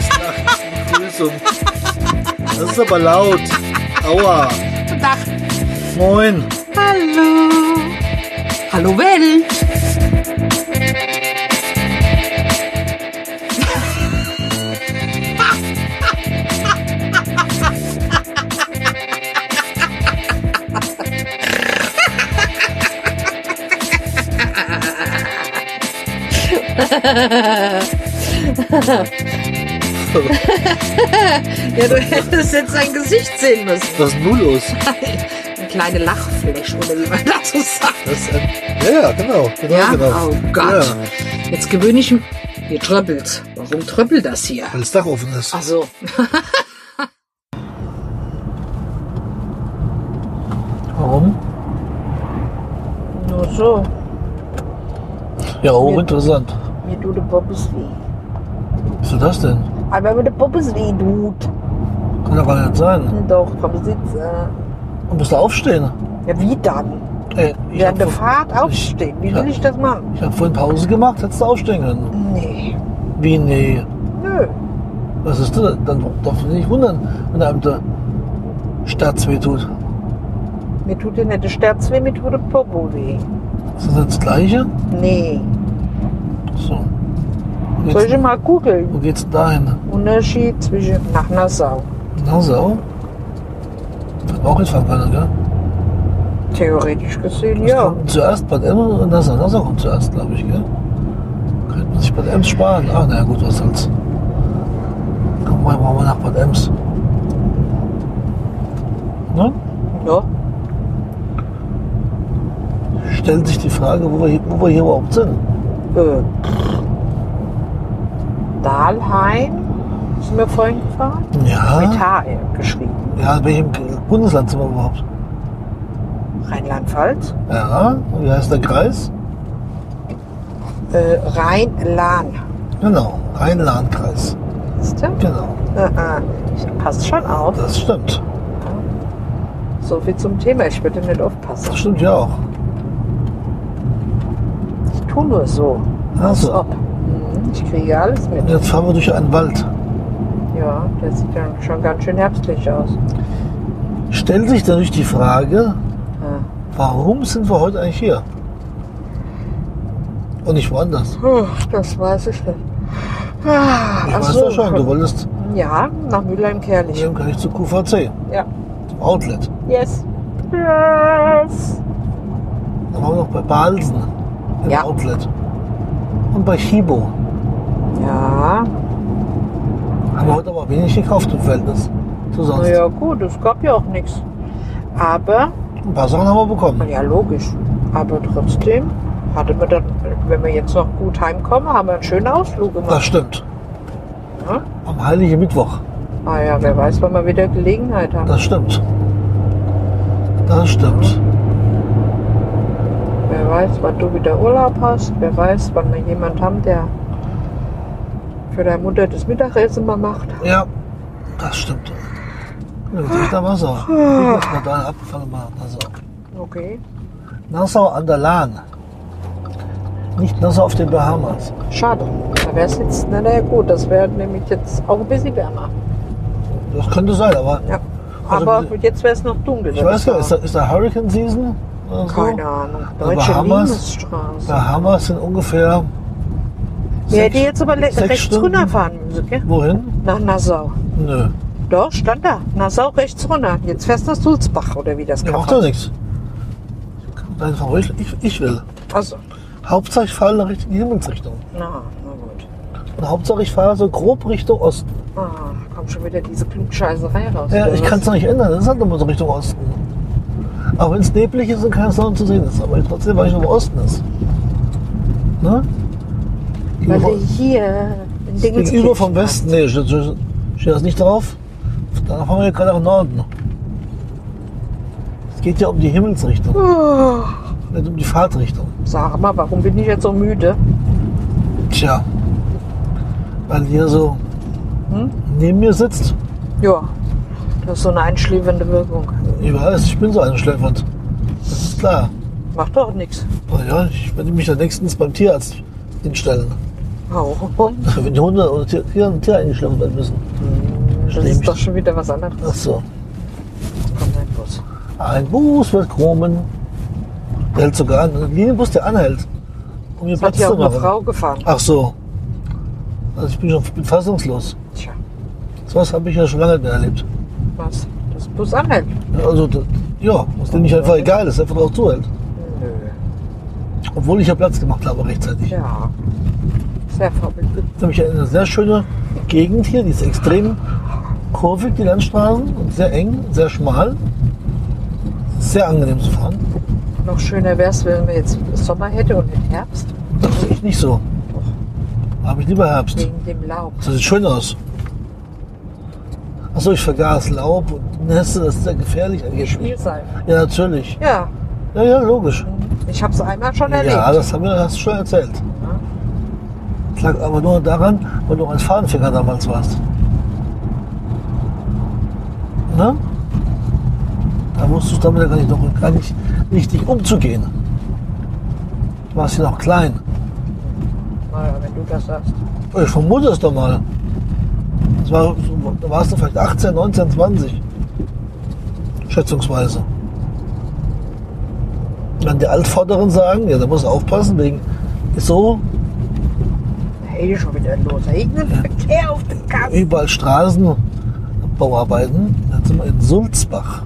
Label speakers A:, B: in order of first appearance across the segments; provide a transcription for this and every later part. A: Einführungsnachrichtenbegrüßung. Das ist aber laut. Aua.
B: Nacht.
A: Moin.
B: Hallo. Hallo Welt. Ja, du hättest jetzt sein Gesicht sehen müssen.
A: Das ist null los.
B: Eine kleine Lachfläche oder wie man dazu sagt.
A: Das ist ein, ja, ja, genau. genau,
B: Ja,
A: genau.
B: oh Gott.
A: Ja,
B: Jetzt gewöhne ich mich. Hier tröppelt. Warum tröppelt das hier?
A: weil das Dach offen ist.
B: Ach so.
A: Warum?
B: Nur so.
A: Ja, oh, hochinteressant.
B: Mir tut der Poppes weh.
A: Wieso das denn?
B: Aber wenn der Poppes weh tut,
A: Kann doch gar nicht sein.
B: dann doch, komm, sitz. äh.
A: Du musst aufstehen.
B: Ja, wie dann?
A: Ey, ich
B: Während der
A: habe
B: Fahrt aufstehen. Wie
A: Ja.
B: will ich das machen?
A: hab vorhin Pause gemacht, hättest du aufstehen können.
B: Nee.
A: Wie, nee.
B: Nö.
A: Was ist denn? Dann darf man nicht wundern, wenn einem der Stadt weh tut.
B: Mir tut der nette Sterz weh, mir tut der Popo weh.
A: Ist das das Gleiche?
B: Nee.
A: So. Wo
B: Soll
A: geht's,
B: ich mal googeln?
A: wo geht's denn dahin?
B: Unterschied zwischen nach Nassau.
A: Nach Sau? Auch jetzt verbrannt, gell?
B: Theoretisch gesehen,
A: Das
B: ja.
A: kommt zuerst Bad Ems und Nassau. Nassau kommt zuerst, glaube ich, gell? Könnte man sich Bad Ems sparen. Ach, naja, gut, was soll's. Komm mal, machen wir nach Bad Ems. Ne?
B: Ja.
A: Stellt sich die Frage, wo wir, hier- wo wir hier überhaupt sind.
B: Äh. Dahlheim sind wir vorhin gefahren? Mit
A: Ja,
B: H äh, geschrieben.
A: ja, in welchem Bundesland sind wir überhaupt?
B: Rheinland-Pfalz?
A: Ja, und wie heißt der Kreis?
B: Äh, Rhein-Lahn.
A: Genau, Rhein-Lahn-Kreis.
B: Siehst du?
A: Genau,
B: Äh, äh. Passt schon auf.
A: das stimmt.
B: So viel zum Thema. Ich würde nicht aufpassen.
A: Das stimmt ja auch.
B: Ich tue nur so.
A: Also,
B: Ob. Mhm, Ich kriege alles mit.
A: und jetzt fahren wir durch einen Wald.
B: Ja, der sieht dann schon ganz schön herbstlich aus.
A: Stellt sich dadurch die Frage,
B: Ja.
A: warum sind wir heute eigentlich hier? Und nicht woanders.
B: Puh, das weiß ich nicht. Ah,
A: Ich
B: ach
A: weiß
B: so.
A: ja schon, du wolltest
B: Ja, nach Mülheim-Kerlich.
A: eben gleich zu QVC,
B: Ja.
A: zum Outlet.
B: Yes. Yes.
A: Dann waren wir noch bei Balsen im
B: Ja.
A: Outlet. Und bei Chibo.
B: Ja,
A: Haben wir heute aber wenig gekauft im Verhältnis zu sonst.
B: naja gut, es gab ja auch nichts. Aber,
A: Ein paar Sachen haben wir
B: na
A: bekommen.
B: ja logisch, aber trotzdem hatte man dann, wenn wir jetzt noch gut heimkommen, haben wir einen schönen Ausflug
A: Das
B: gemacht.
A: stimmt.
B: Ja.
A: Am Heiligen Mittwoch.
B: Ah ja, wer weiß, wann wir wieder Gelegenheit haben.
A: Das stimmt. Das stimmt.
B: Wer weiß, wann du wieder Urlaub hast. Wer weiß, wann wir jemand haben, der für deine Mutter das Mittagessen mal macht.
A: Ja, das stimmt. Ja, das ist der Wasser. Guck mal da abgefallen mal Nassau.
B: Okay.
A: Nassau an der Lahn. Nicht Nassau auf den Bahamas.
B: Schade. Da wäre es jetzt, na naja gut, das wäre nämlich jetzt auch ein bisschen wärmer.
A: Das könnte sein, aber
B: Ja.
A: Also
B: Aber
A: bitte-
B: jetzt wäre es noch dunkel.
A: ich weiß gar nicht, ist da, ist da Hurricane Season? Oder so? Also
B: Keine Ahnung. Deutsche
A: Bahamas?
B: Liebesstraße.
A: Bahamas sind ungefähr.
B: Wir hätten jetzt aber le-
A: sechs
B: rechts
A: Stunden.
B: runterfahren müssen, gell?
A: Wohin?
B: Nach Nassau.
A: Nö.
B: Doch, stand da. Nassau rechts runter. Jetzt fährst du nach Sulzbach oder wie das
A: Ihr macht doch nichts. Nein, Frau Röchel, ich, ich will.
B: Also,
A: Hauptsache ich fahre in der richtigen Himmelsrichtung.
B: na, na gut.
A: Und Hauptsache ich fahre so grob Richtung Osten.
B: Ah, kommt schon wieder diese Klugscheißerei raus.
A: Ja,
B: oder
A: ich
B: was?
A: kann es noch nicht ändern. Das ist halt immer so Richtung Osten. Auch wenn es neblig ist und keine Sonne zu sehen ist. Aber trotzdem weiß ich noch, wo Osten ist. Ne?
B: Weil
A: Gegenüber,
B: du hier in
A: gegenüber
B: Dingenskirchen
A: vom Westen. Nee, steht, steht steht das nicht drauf. Dann fahren wir hier gerade nach Norden. Es geht ja um die Himmelsrichtung,
B: Oh,
A: nicht um die Fahrtrichtung.
B: Sag mal, warum bin ich jetzt so müde?
A: Tja, weil hier so
B: Hm?
A: neben mir sitzt.
B: Ja, das ist so eine einschläfernde Wirkung.
A: Ich weiß, ich bin so einschläfernd. Das ist klar.
B: Macht doch nichts.
A: Oh Aber ja, ich werde mich dann nächstens beim Tierarzt hinstellen. also
B: Warum?
A: Wenn die Hunde oder Tier- Tier, Tier eingeschlafen werden müssen.
B: Das
A: Schlimm.
B: ist doch schon wieder was anderes.
A: Ach so.
B: Jetzt kommt ein Bus.
A: Ein Bus wird kommen. Der hält sogar an. Ein Linienbus, der anhält. Um hier
B: Das hat
A: Platz
B: ja
A: zu
B: auch eine
A: machen.
B: Frau gefahren.
A: Ach so. Also ich bin schon bin fassungslos.
B: Tja,
A: Sowas habe ich ja schon lange nicht mehr erlebt.
B: was? Das Bus anhält.
A: Also, das- ja, was denen nicht einfach egal ist, einfach drauf zuhält.
B: Nö.
A: Obwohl ich ja Platz gemacht habe rechtzeitig.
B: Ja. Sehr vorbildlich.
A: Das ist nämlich eine sehr schöne Gegend hier, die ist extrem kurvig, die Landstraßen, und sehr eng, sehr schmal. Sehr angenehm zu fahren.
B: Noch schöner wäre es, wenn wir jetzt Sommer hätte und den Herbst.
A: Das sehe ich nicht so. Habe ich lieber Herbst.
B: Wegen dem Laub.
A: Das sieht schön aus. Achso, ich vergaß Laub und Nässe, das ist sehr gefährlich eigentlich.
B: Spielseife.
A: Ja, natürlich.
B: Ja,
A: Ja, ja, logisch.
B: ich habe es einmal schon erlebt.
A: Ja, also- das haben wir, hast du schon erzählt. Das lag aber nur daran, weil du als Fahnenfänger damals warst. Ne? Da wusstest du damit ja gar nicht, noch, gar nicht richtig umzugehen. Du warst ja noch klein.
B: Naja, wenn du das sagst.
A: Ich vermute es doch mal. Das war, da warst du vielleicht 18, 19, 20. Schätzungsweise. Und dann die Altvorderen sagen, ja, da musst du aufpassen, wegen ist so,
B: Hey, schon wieder los. Regnet Verkehr auf den Kasten.
A: überall Straßenbauarbeiten. Dann sind wir in Sulzbach.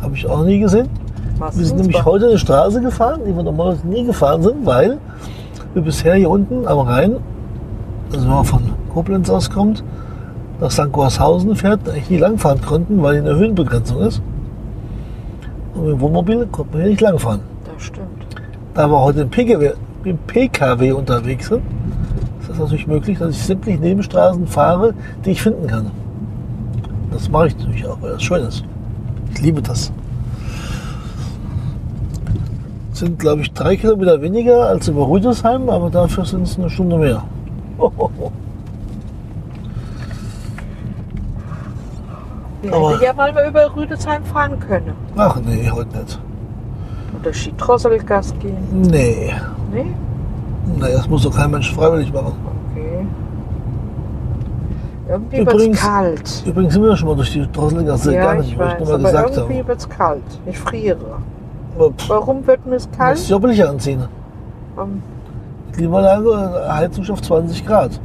A: Habe ich auch nie gesehen.
B: Was
A: Wir sind
B: ist
A: nämlich
B: das?
A: heute eine Straße gefahren, die wir normalerweise nie gefahren sind, weil wir bisher hier unten am Rhein, also wenn man von Koblenz auskommt, nach St. Gorshausen fährt, eigentlich nie langfahren konnten, weil hier eine Höhenbegrenzung ist. Und mit dem Wohnmobil konnte man hier nicht langfahren.
B: Das stimmt.
A: Da wir heute im PKW, im PKW unterwegs sind, ist das natürlich möglich, dass ich sämtlich Nebenstraßen fahre, die ich finden kann. Das mache ich natürlich auch, weil das schön ist. Ich liebe das. Sind, glaube ich, drei Kilometer weniger als über Rüdesheim, aber dafür sind es eine Stunde mehr.
B: Wir
A: Aber-
B: hätten ja mal über Rüdesheim fahren können.
A: Ach nee, heute nicht.
B: Oder Skidrosselgas gehen.
A: Nee.
B: Nee?
A: Nee, das muss doch kein Mensch freiwillig machen.
B: Okay. Irgendwie wird's
A: Übrigens-
B: kalt.
A: Übrigens sind wir ja schon mal durch die Drosseliger See
B: ja,
A: gegangen,
B: ich
A: wo ich
B: weiß,
A: nochmal
B: aber
A: gesagt
B: irgendwie
A: habe.
B: wird's kalt. Ich friere.
A: Aber pff,
B: Warum wird mir es
A: muss ich
B: kalt?
A: Jobbelicher anziehen.
B: Ähm,
A: Klimaanlage, äh, Heizung auf 20 Grad.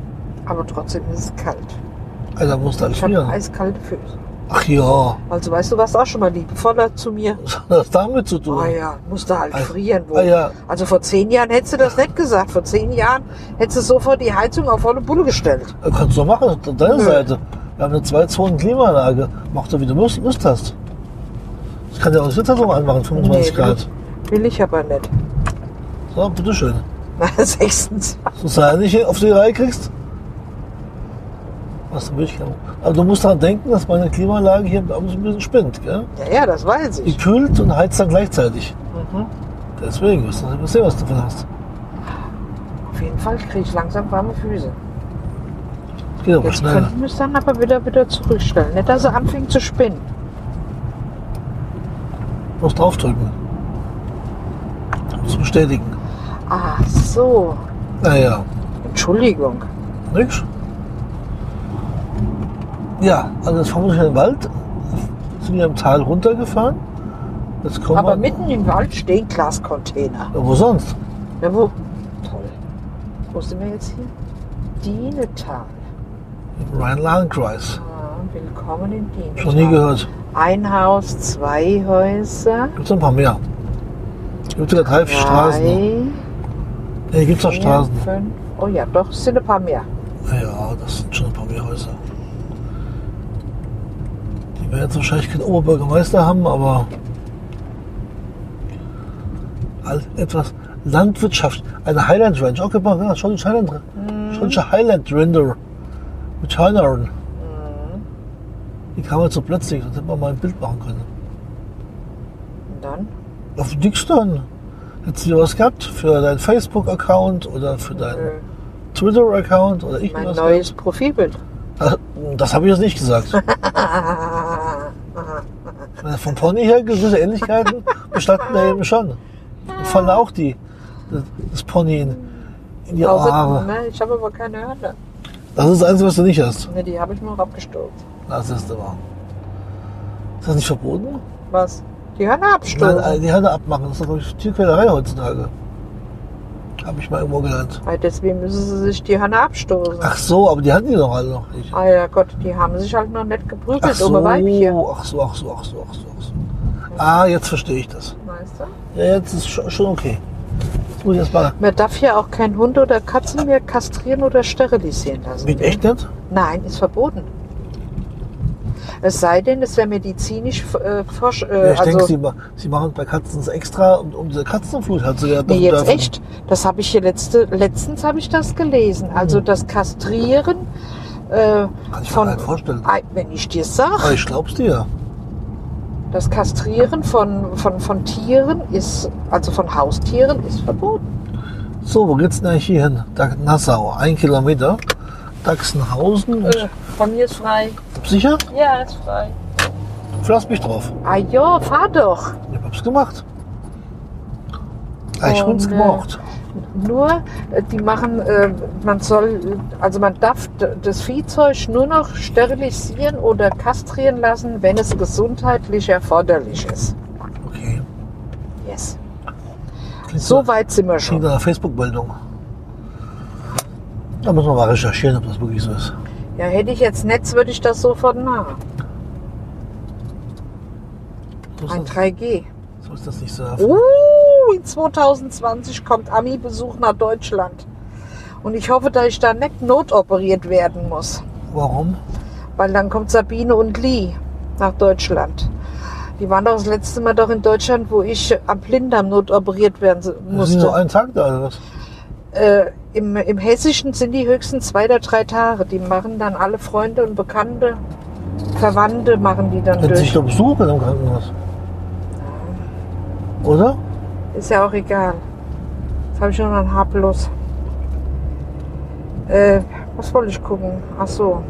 B: Aber trotzdem ist es kalt.
A: Also da musst du halt
B: Ich habe
A: frieren.
B: eiskalte Füße.
A: Ach ja,
B: Also weißt du, was auch schon mal liebevoller zu mir?
A: was hat das damit zu tun?
B: Ah ja, musste halt
A: Ah,
B: frieren wohl.
A: ah ja.
B: Also vor zehn Jahren hättest du das nicht gesagt. Vor zehn Jahren hättest du sofort die Heizung auf volle Bulle gestellt.
A: Ja, Kannst du machen, auf deiner
B: Nö.
A: Seite. Wir haben eine zwei Zonen Klimaanlage. Mach doch, wie du Lust, Lust hast. Ich kann ja auch das Winterturm anmachen, 25
B: Nee,
A: Grad.
B: Will ich aber nicht.
A: So, bitteschön.
B: Na, 26.
A: Solange du nicht auf die Reihe kriegst, was du willst. ja. Aber du musst daran denken, dass meine Klimaanlage hier abends ein bisschen spinnt. Gell?
B: Ja, ja, das weiß
A: Die
B: ich.
A: kühlt und heizt dann gleichzeitig.
B: Mhm.
A: Deswegen wirst du sehen, was du davon hast.
B: Auf jeden Fall kriege ich langsam warme Füße.
A: Das geht aber
B: Jetzt
A: schnell.
B: könnten wir es dann aber wieder, wieder zurückstellen. Nicht, dass er anfängt zu spinnen.
A: Bloß draufdrücken. Um zu bestätigen.
B: Ach so.
A: Naja,
B: Entschuldigung.
A: nix. Ja, also jetzt fahren wir durch den Wald, sind hier im Tal runtergefahren. Jetzt kommen
B: Aber
A: wir.
B: mitten im Wald stehen Glascontainer.
A: Ja, wo sonst?
B: Ja, wo? Toll. Wo sind wir jetzt hier? Dienetal.
A: Im Rhein-Lahn-Kreis.
B: Ah, willkommen in Dienetal.
A: Schon nie gehört.
B: Ein Haus, zwei Häuser.
A: Gibt es ein paar mehr? Gibt sogar drei Straßen. Ja, hier gibt es auch
B: vier,
A: Straßen.
B: Fünf. Oh ja, doch, es sind ein paar mehr.
A: Ja, das sind schon ein paar mehr Häuser. Die werden jetzt wahrscheinlich keinen Oberbürgermeister haben, aber all- etwas Landwirtschaft. Eine Highland Ranch. Okay, man, ja, schottische Highland, schottische Highland Rinder mit Hörnern. Die kam jetzt so plötzlich, sonst hätte man mal ein Bild machen können.
B: Und dann?
A: Auf nix dann. Hättest du dir was gehabt für deinen Facebook-Account oder für deinen
B: äh,
A: Twitter-Account oder ich
B: mein
A: was
B: neues Profilbild.
A: Das, das habe ich jetzt nicht gesagt.
B: Ah,
A: Vom Pony her gewisse Ähnlichkeiten bestanden da eben schon. Und fanden auch die, das Pony in, in die
B: Außer,
A: Haare.
B: ne, ich habe aber keine Hörner.
A: Das ist das Einzige, was du nicht hast.
B: Ne, die habe ich mir auch abgestoßen.
A: Das ist aber. Ist das nicht verboten?
B: Was? Die Hörner abstoßen?
A: Nein, also- äh, die Hände abmachen. Das ist doch, glaube ich, Tierquälerei heutzutage. Habe ich mal irgendwo gelernt.
B: Weil deswegen müssen sie sich die Hörner abstoßen.
A: Ach so, aber die hatten die doch alle noch nicht.
B: Ah ja Gott, die haben sich halt noch nicht
A: Ach
B: geprügelt,
A: so,
B: um Weibchen.
A: ach so, ach so, ach so, ach so, ach so. Ah, jetzt verstehe ich das.
B: Weißt du?
A: Ja, jetzt ist schon schon okay. Jetzt muss ich erst mal.
B: Man darf hier auch keinen Hund oder Katzen mehr kastrieren oder sterilisieren lassen.
A: Mit
B: ne?
A: echt nicht?
B: Nein, ist verboten. Es sei denn, es wäre medizinisch äh, forsch,
A: Ja,
B: äh,
A: ich denke,
B: also
A: sie, ma- sie machen bei Katzen es extra, um, um diese Katzenflut hat sie ja
B: nee,
A: doch
B: jetzt
A: dürfen.
B: echt. Das habe ich hier letzte, letztens habe ich das gelesen. Also das Kastrieren äh,
A: Hm. Kann ich mir gar
B: von,
A: nicht vorstellen.
B: Ei, wenn ich dir sage,
A: Aber ich glaub's dir.
B: das Kastrieren von, von, von Tieren ist, also von Haustieren ist verboten.
A: So, wo geht's denn eigentlich hier hin? Da, Nassau, ein Kilometer. Dachsenhausen.
B: Äh. Von mir ist frei.
A: Sicher?
B: Ja, ist frei.
A: Verlass mich drauf.
B: Ah ja, fahr doch.
A: Ich hab's gemacht. Ah, ich
B: Oh,
A: hab's
B: nee.
A: gemacht.
B: Nur, äh, die machen, äh, man soll, also man darf d- das Viehzeug nur noch sterilisieren oder kastrieren lassen, wenn es gesundheitlich erforderlich ist.
A: Okay.
B: Yes.
A: Klingt
B: So
A: nach-
B: weit sind wir
A: Klingt
B: schon.
A: nach einer Facebook-Meldung. Da müssen wir mal recherchieren, ob das wirklich so ist.
B: Ja, hätte ich jetzt Netz, würde ich das sofort machen.
A: So
B: Ein
A: ist das,
B: 3G.
A: so ist das nicht so.
B: Uh, in 2020 kommt Ami-Besuch nach Deutschland. Und ich hoffe, dass ich da nicht notoperiert werden muss.
A: Warum?
B: Weil dann kommt Sabine und Lee nach Deutschland. Die waren doch das letzte Mal doch in Deutschland, wo ich am Blinddarm notoperiert werden se-
A: Musst sind nur
B: musste.
A: einen Tag da oder was?
B: Äh, im, Im Hessischen sind die höchsten zwei oder drei Tage. Die machen dann alle Freunde und Bekannte, Verwandte machen die dann
A: Hätten sich
B: durch.
A: doch besuchen im Krankenhaus. Oder?
B: Ist ja auch egal. Jetzt habe ich schon mal ein Haar bloß. Äh, was wollte ich gucken? Ach so.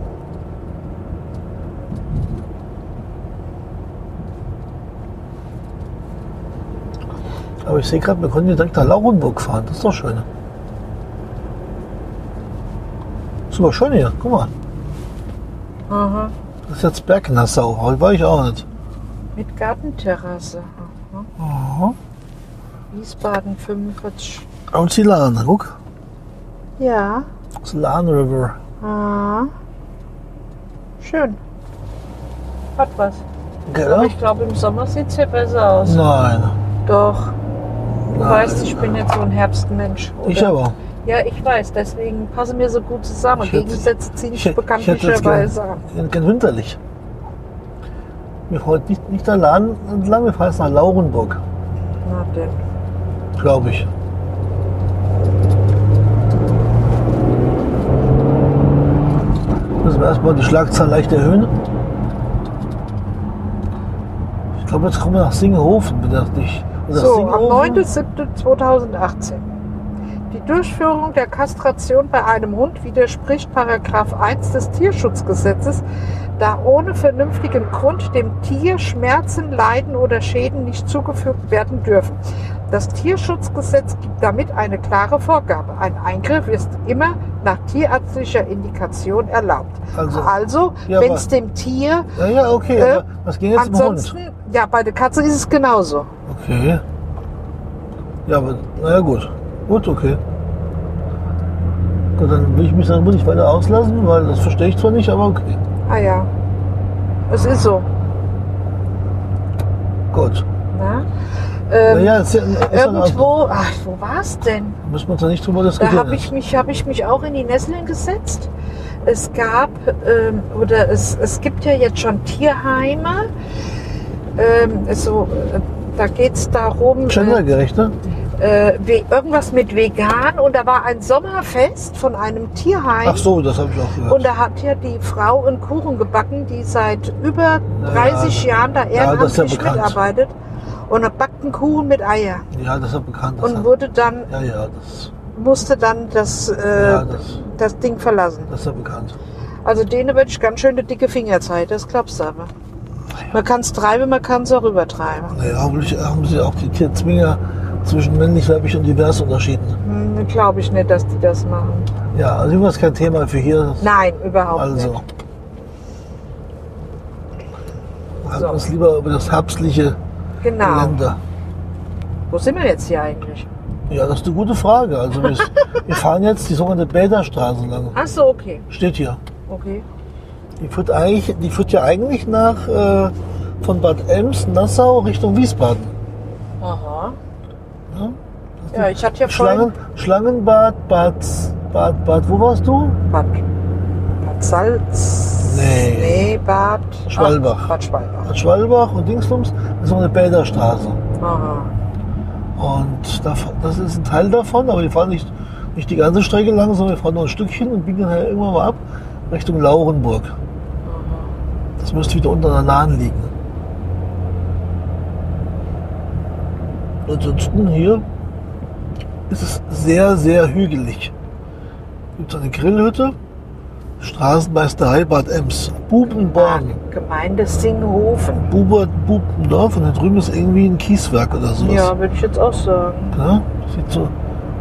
A: Aber ich sehe gerade, wir können hier direkt nach Laurenburg fahren. Das ist doch schön. Super schön hier. Guck mal.
B: Aha.
A: Das ist jetzt Bergnassau. Heute war ich auch nicht.
B: Mit Gartenterrasse. Aha. Mhm.
A: Aha.
B: Wiesbaden 45.
A: Und die Lahn. Guck.
B: Ja.
A: Das Lahn River.
B: Ah. Schön. Hat was. Aber
A: Gell?
B: ich glaube, im Sommer sieht es hier besser aus.
A: Nein.
B: Doch. Du
A: Nein.
B: weißt, ich bin jetzt so ein Herbstmensch. Oder?
A: Ich aber.
B: Ja, ich weiß. Deswegen passen wir so gut zusammen.
A: Ich hätte-
B: Gegensätze ziehen
A: ich
B: sich
A: hätte- ich hätte jetzt
B: bekanntlicherweise an.
A: Ganz winterlich. Wir fahren heute nicht, nicht der Lahn entlang, wir fahren jetzt nach Laurenburg.
B: Na denn.
A: Glaube ich. Müssen wir erstmal die Schlagzahl leicht erhöhen. Ich glaube, jetzt kommen wir nach Singenhofen, bedachte ich. Und nach
B: So, am
A: Singenhofen-
B: 9.7.2018. Die Durchführung der Kastration bei einem Hund widerspricht Paragraph 1 des Tierschutzgesetzes, da ohne vernünftigen Grund dem Tier Schmerzen, Leiden oder Schäden nicht zugefügt werden dürfen. Das Tierschutzgesetz gibt damit eine klare Vorgabe. Ein Eingriff ist immer nach tierärztlicher Indikation erlaubt.
A: Also,
B: Also,
A: Ja,
B: wenn
A: aber-
B: es dem Tier
A: ja, ja, okay.
B: Äh,
A: aber was ging jetzt mit dem Hund?
B: ansonsten, ja, bei der Katze ist es genauso.
A: Okay. Ja, aber naja, gut. Gut, okay. Gut, dann will ich mich dann nicht weiter auslassen, weil das verstehe ich zwar nicht, aber okay.
B: Ah ja, es ist so.
A: Gut.
B: Ne? Ähm,
A: naja, ist, ja- ist ja in Ordnung.
B: irgendwo, ach, wo war es denn?
A: müssen wir uns da nicht drüber
B: Da
A: diskutieren.
B: habe ich, mich- hab ich mich auch in die Nesseln gesetzt. Es gab, ähm, oder es, es gibt ja jetzt schon Tierheime. Ähm, so, äh, da geht es darum, äh,
A: Gendergerechte?
B: äh, we- irgendwas mit vegan. Und da war ein Sommerfest von einem Tierheim.
A: Ach so, das habe ich auch gehört.
B: Und da hat ja die Frau einen Kuchen gebacken, die seit über
A: Ja,
B: 30
A: ja.
B: Jahren da
A: Ja, das ist
B: ehrenamtlich
A: ja bekannt.
B: mitarbeitet. Und er backt einen Kuchen mit Eier.
A: ja, das ist ja bekannt. Das
B: Und
A: hat-
B: wurde dann
A: ja, ja, das,
B: musste dann das, äh,
A: ja
B: das,
A: das,
B: Ding verlassen.
A: das ist ja bekannt.
B: Also denen würde ich ganz schön eine dicke Fingerzeit, das glaubst du aber. Man kann es treiben, man kann es auch rübertreiben.
A: Naja, hoffentlich haben sie auch die Tierzwinger zwischen männlich, weiblich und divers unterschieden.
B: Hm, Glaube ich nicht, dass die das machen.
A: Ja, also das ist kein Thema für hier.
B: Nein, überhaupt
A: Also.
B: nicht.
A: Halten
B: So.
A: wir uns lieber über das herbstliche
B: Genau.
A: Gelände.
B: Wo sind wir jetzt hier eigentlich?
A: Ja, das ist eine gute Frage. Also wir, wir fahren jetzt die sogenannte Bäderstraße lang.
B: Ach so, okay.
A: Steht hier.
B: Okay.
A: Die führt, eigentlich, die führt ja eigentlich nach äh, von Bad Ems, Nassau Richtung Wiesbaden.
B: Aha.
A: Ja.
B: Ja, ich hatte ja
A: Schlangen,
B: vorhin...
A: Schlangenbad, Bad, Bad, Bad, wo warst du?
B: Bad, Bad Salz...
A: Nee.
B: Nee, Bad... ach,
A: Schwalbach.
B: Bad Schwalbach.
A: Bad Schwalbach und Dingsbums, das ist noch eine Bäderstraße.
B: Aha.
A: Und da, das ist ein Teil davon, aber wir fahren nicht, nicht die ganze Strecke lang, sondern wir fahren nur ein Stückchen und biegen dann halt irgendwann mal ab Richtung Laurenburg. Das müsste wieder unter der Lahn liegen. Ansonsten hier ist es sehr, sehr hügelig. Gibt eine Grillhütte, Straßenmeisterei Bad Ems, Bubenborn,
B: Gemeinde Singhofen.
A: Bubert, Bubendorf und da drüben ist irgendwie ein Kieswerk oder sowas.
B: Ja, würde ich jetzt auch sagen.
A: Ne? Sieht so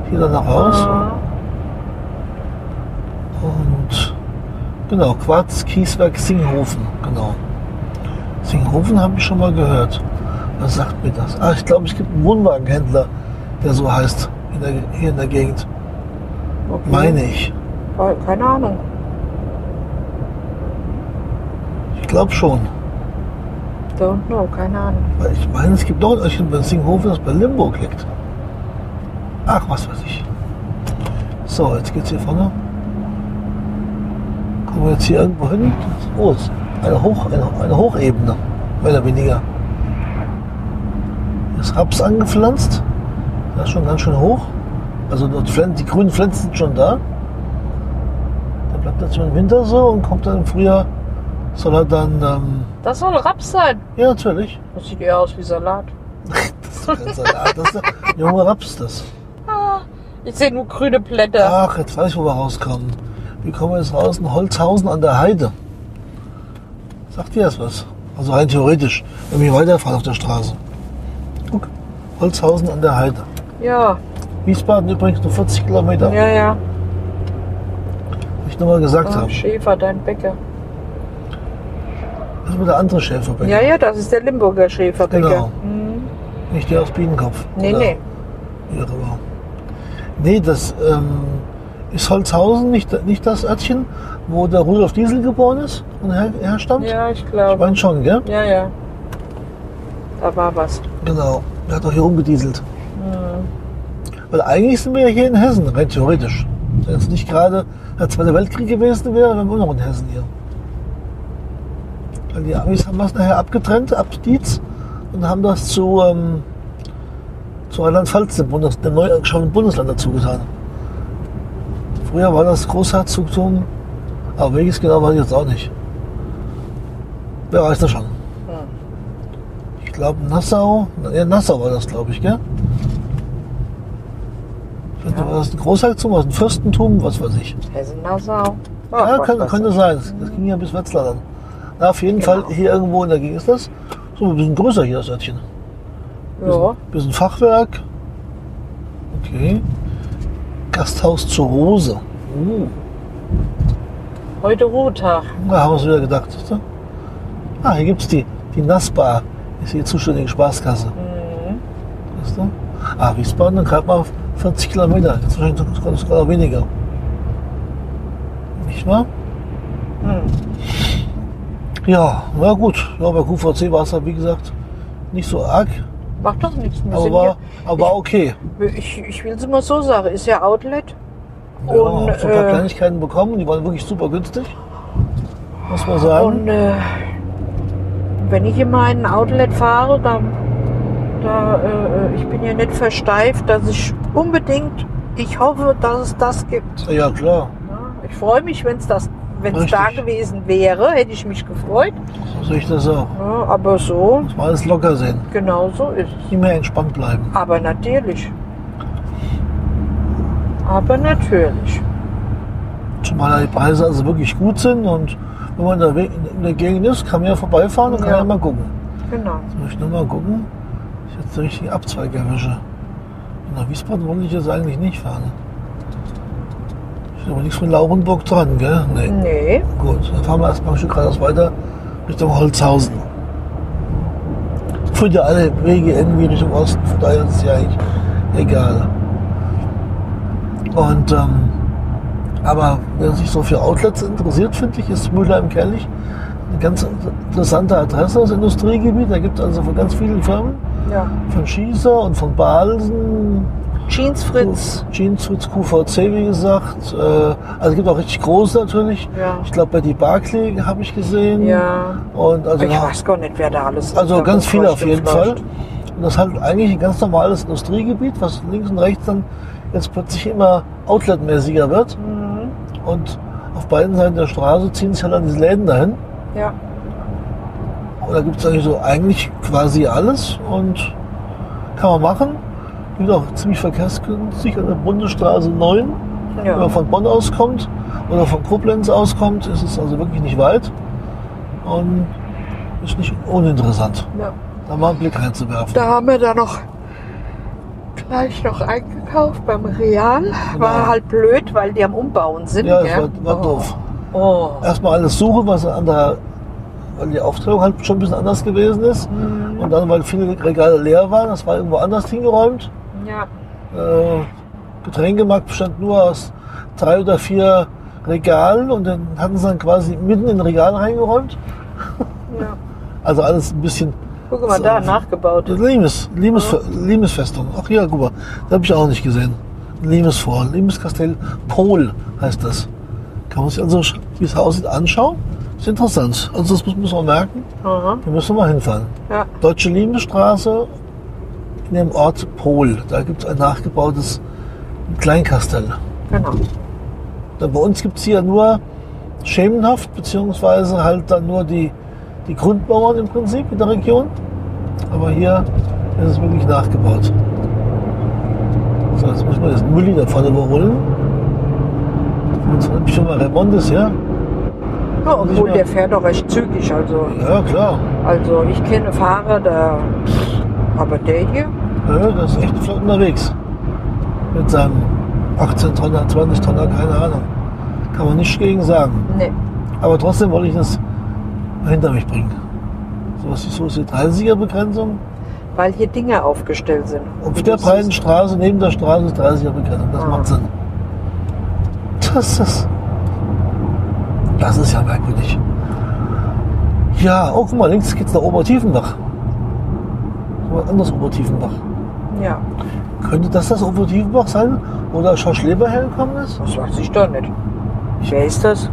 A: hier danach aus.
B: Ah,
A: Und genau, Quarz, Kieswerk, Singhofen, genau. Singhofen habe ich schon mal gehört. Was sagt mir das? Ah, ich glaube, es gibt einen Wohnwagenhändler, der so heißt, in der, hier in der Gegend,
B: okay.
A: meine ich.
B: Oh, Keine Ahnung.
A: Ich glaube schon.
B: Don't know, keine Ahnung.
A: Weil ich meine, es gibt noch ein Örtchen bei Singhofen, das bei Limburg liegt. Ach, was weiß ich. So, jetzt geht's hier vorne. Kommen wir jetzt hier irgendwo hin? Oh, es ist eine, Hoch, eine, eine Hochebene, mehr oder weniger. Hier Ist Raps angepflanzt. Das ist schon ganz schön hoch. Also dort Pflän- die grünen Pflanzen sind schon da. Da bleibt er im Winter so und kommt dann im Frühjahr. Soll er dann, ähm,
B: Das soll Raps sein.
A: ja natürlich,
B: Das sieht eher aus wie Salat.
A: das ist kein Salat, das ist ein junger Raps, das.
B: Ah, ich sehe nur grüne Blätter.
A: Ach, jetzt weiß ich, wo wir rauskommen. Wir kommen jetzt raus in Holzhausen an der Heide. Sagt dir das was? Also rein theoretisch, wenn wir weiterfahren auf der Straße. Guck, Holzhausen an der Heide.
B: Ja,
A: Wiesbaden übrigens nur 40 Kilometer,
B: ja, ja.
A: wie ich nochmal gesagt
B: Ah,
A: habe.
B: Schäfer, dein Bäcker.
A: Das ist mit der andere Schäferbeck,
B: Ja, ja, das ist der Limburger Schäferbäcker.
A: Genau.
B: Hm.
A: nicht der aus Bienenkopf.
B: Nee,
A: Oder
B: nee.
A: wie auch immer. Nee, das ähm, ist Holzhausen, nicht, nicht das Örtchen, wo der Rudolf Diesel geboren ist und her, herstammt.
B: Ja, ich
A: Ich
B: glaube.
A: meine schon, gell?
B: Ja, ja. Da war was.
A: Genau. Er hat auch hier rumgedieselt.
B: Hm.
A: Weil eigentlich sind wir ja hier in Hessen, rein theoretisch. Wenn es nicht gerade der Zweite Weltkrieg gewesen wäre, wären wir noch in Hessen hier. Weil die Amis haben das nachher abgetrennt, ab Dietz, und haben das zu, ähm, zu Rheinland-Pfalz, dem, Bundes-, dem neu angeschauten Bundesland, dazu getan. Früher war das Großherzogtum, aber welches genau weiß ich jetzt auch nicht. Wer weiß das schon? Ich glaube Nassau, ja, Nassau war das, glaube ich, gell? Ich weiß nicht,
B: Ja.
A: War das ein Großherzogtum, war das ein Fürstentum, was weiß ich.
B: Hessen-Nassau.
A: Ja,
B: Ach,
A: kann,
B: was
A: könnte
B: weiß
A: sein. Das, das ging ja bis Wetzlar dann. Na, auf jeden
B: Genau.
A: Fall hier irgendwo in der Gegend ist das. So ein bisschen größer hier das Örtchen.
B: ich. Ja.
A: Bisschen Fachwerk. Okay. Gasthaus zur Rose. Uh,
B: Heute Ruhetag.
A: da haben wir es wieder gedacht. siehst du? Ah, hier gibt es die, die Nassbar. Ist hier die zuständige Spaßkasse.
B: Hm.
A: Weißt du? Ah, Wiesbaden, dann gerade mal auf 40 Kilometer. Jetzt wahrscheinlich sogar- sogar noch weniger. Nicht wahr?
B: Hm.
A: Ja, na gut. Ja, bei QVC war es halt, wie gesagt, nicht so arg,
B: Macht doch nichts. Wir
A: aber
B: sind
A: war,
B: ja,
A: aber war okay.
B: ich, ich will es immer so sagen. Ist ja Outlet.
A: Ja, und,
B: und,
A: so ein paar
B: äh,
A: Kleinigkeiten bekommen, die waren wirklich super günstig. Muss man sagen.
B: Und äh, wenn ich in meinen Outlet fahre, dann da, äh, ich bin ja nicht versteift, dass ich unbedingt, ich hoffe, dass es das gibt.
A: ja, klar.
B: Ja, Ich freue mich, wenn es das, wenn es da
A: Richtig.
B: gewesen wäre, hätte ich mich gefreut.
A: So sehe ich das auch.
B: Ja, aber so,
A: Muss man alles locker sehen.
B: genau so ist es.
A: Immer entspannt bleiben.
B: Aber natürlich. Aber natürlich.
A: Zumal da die Preise also wirklich gut sind und wenn man da we- in der Gegend ist, kann man ja vorbeifahren und kann
B: Ja.
A: ja mal gucken.
B: Genau.
A: Jetzt muss ich nur mal gucken, dass ich jetzt den richtigen Abzweig erwische. Nach Wiesbaden wollte ich jetzt eigentlich nicht fahren. Steht aber nichts von Laurenburg dran, gell? Nee.
B: Nee,
A: Gut, dann fahren wir erstmal ein Stück geradeaus weiter Richtung Holzhausen. Führt ja alle Wege irgendwie Richtung Osten, von daher ist es ja eigentlich egal. Und, ähm, aber wer sich so für Outlets interessiert, finde ich, ist Müller im Kelch eine ganz interessante Adresse aus Industriegebiet. Da gibt es also von ganz vielen Firmen,
B: ja.
A: von Schießer und von Balsen,
B: Jeans Fritz.
A: Jeans Fritz QVC, wie gesagt. Äh, Also es gibt auch richtig große natürlich.
B: Ja.
A: Ich glaube, bei die Barclay habe ich gesehen.
B: Ja.
A: Und also,
B: Ich weiß gar nicht, wer da alles ist.
A: also
B: Da
A: ganz
B: muss
A: viel
B: man
A: auf jeden Fall.
B: vielleicht-
A: Und das ist halt eigentlich ein ganz normales Industriegebiet, was links und rechts dann jetzt plötzlich immer outletmäßiger wird.
B: Mhm.
A: Und auf beiden Seiten der Straße ziehen sich halt dann diese Läden dahin.
B: Ja.
A: Und da gibt es eigentlich so eigentlich quasi alles und kann man machen. Gibt auch ziemlich verkehrsgünstig an der Bundesstraße 9. Wenn
B: Ja.
A: man von Bonn auskommt oder von Koblenz auskommt, ist es also wirklich nicht weit und ist nicht uninteressant,
B: ja.
A: da mal einen Blick reinzuwerfen.
B: Da haben wir dann noch gleich noch eingekauft beim Real. War halt blöd, weil die am Umbauen sind.
A: ja, das
B: gell?
A: war, war
B: oh.
A: doof.
B: Oh.
A: Erstmal alles suchen, was an der, weil die Aufteilung halt schon ein bisschen anders gewesen ist.
B: Mhm.
A: Und dann, weil viele Regale leer waren, das war irgendwo anders hingeräumt.
B: Ja.
A: äh, Getränkemarkt bestand nur aus drei oder vier Regalen und dann hatten sie dann quasi mitten in den Regal reingeräumt.
B: ja.
A: Also alles ein bisschen
B: Guck mal,
A: So.
B: da nachgebaut.
A: Limes, Limes, Limesfestung. Ach ja, guck mal, das habe ich auch nicht gesehen. Limes vor, Limes Kastell Pol heißt das. Kann man sich also, sch- wie es aussieht, anschauen. Ist interessant. Also das muss, muss man merken.
B: Aha.
A: Da müssen wir mal hinfahren.
B: Ja.
A: Deutsche Limesstraße in dem Ort Pol. Da gibt es ein nachgebautes Kleinkastell.
B: Genau.
A: Denn bei uns gibt es hier nur schemenhaft, beziehungsweise halt dann nur die, die Grundbauern im Prinzip in der Region. Aber hier ist es wirklich nachgebaut. So, jetzt muss man das Mülli da vorne überholen. Jetzt habe ich schon mal Remondes, ja?
B: Ja, obwohl
A: mal-
B: der fährt doch recht zügig. Also,
A: Ja, klar.
B: also ich kenne Fahrer, da. Aber der hier?
A: Ja, das ist echt flott unterwegs. Mit seinem 18 Tonner, 20 Tonner, keine Ahnung. Kann man nichts gegen sagen.
B: Nee.
A: Aber trotzdem wollte ich das hinter mich bringen. So was ist so ist die 30er-Begrenzung.
B: Weil hier Dinge aufgestellt sind.
A: Auf der breiten Straße, neben der Straße ist 30er-Begrenzung. Das
B: Ah.
A: macht Sinn. Das ist, das ist ja merkwürdig. Ja, oh, guck mal, links geht's nach Obertiefenbach. So ein anderes Obertiefenbach.
B: Ja,
A: Könnte das das Obertiefenbach sein, wo der Schorschleber hergekommen ist?
B: das weiß ich doch nicht. Wer ist das?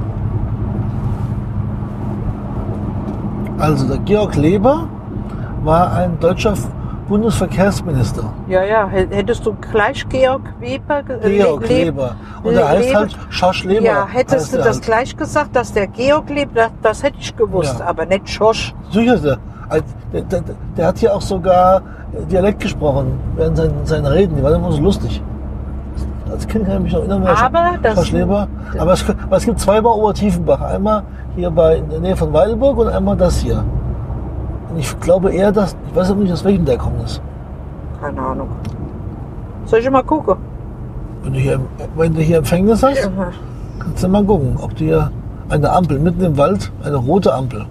A: Also, der Georg Leber war ein deutscher Bundesverkehrsminister.
B: Ja, ja, h- hättest du gleich Georg Weber ge- äh,
A: Georg
B: Le-
A: Leber. Und er heißt
B: Leber.
A: halt Schorsch Leber.
B: Ja, hättest
A: heißt
B: du
A: er
B: das
A: halt.
B: gleich gesagt, dass der Georg lebt, das, das hätte ich gewusst,
A: Ja.
B: aber nicht Schorsch.
A: Sicher ist er. Als- Der, der, der hat hier auch sogar Dialekt gesprochen während seinen, seinen Reden. Die waren immer so lustig. Als Kind kann ich mich noch erinnern. wer
B: Aber
A: Sch-
B: das-
A: Schorsch Leber. Aber es, aber es gibt zwei bei Obertiefenbach. Einmal hier bei, in der Nähe von Weilburg und einmal das hier. Und ich glaube eher, dass, ich weiß auch nicht, aus welchem der kommt ist.
B: Keine Ahnung. Soll ich mal gucken?
A: Wenn du hier, wenn du hier Empfängnis hast, kannst du mal gucken, ob du hier eine Ampel mitten im Wald, eine rote Ampel.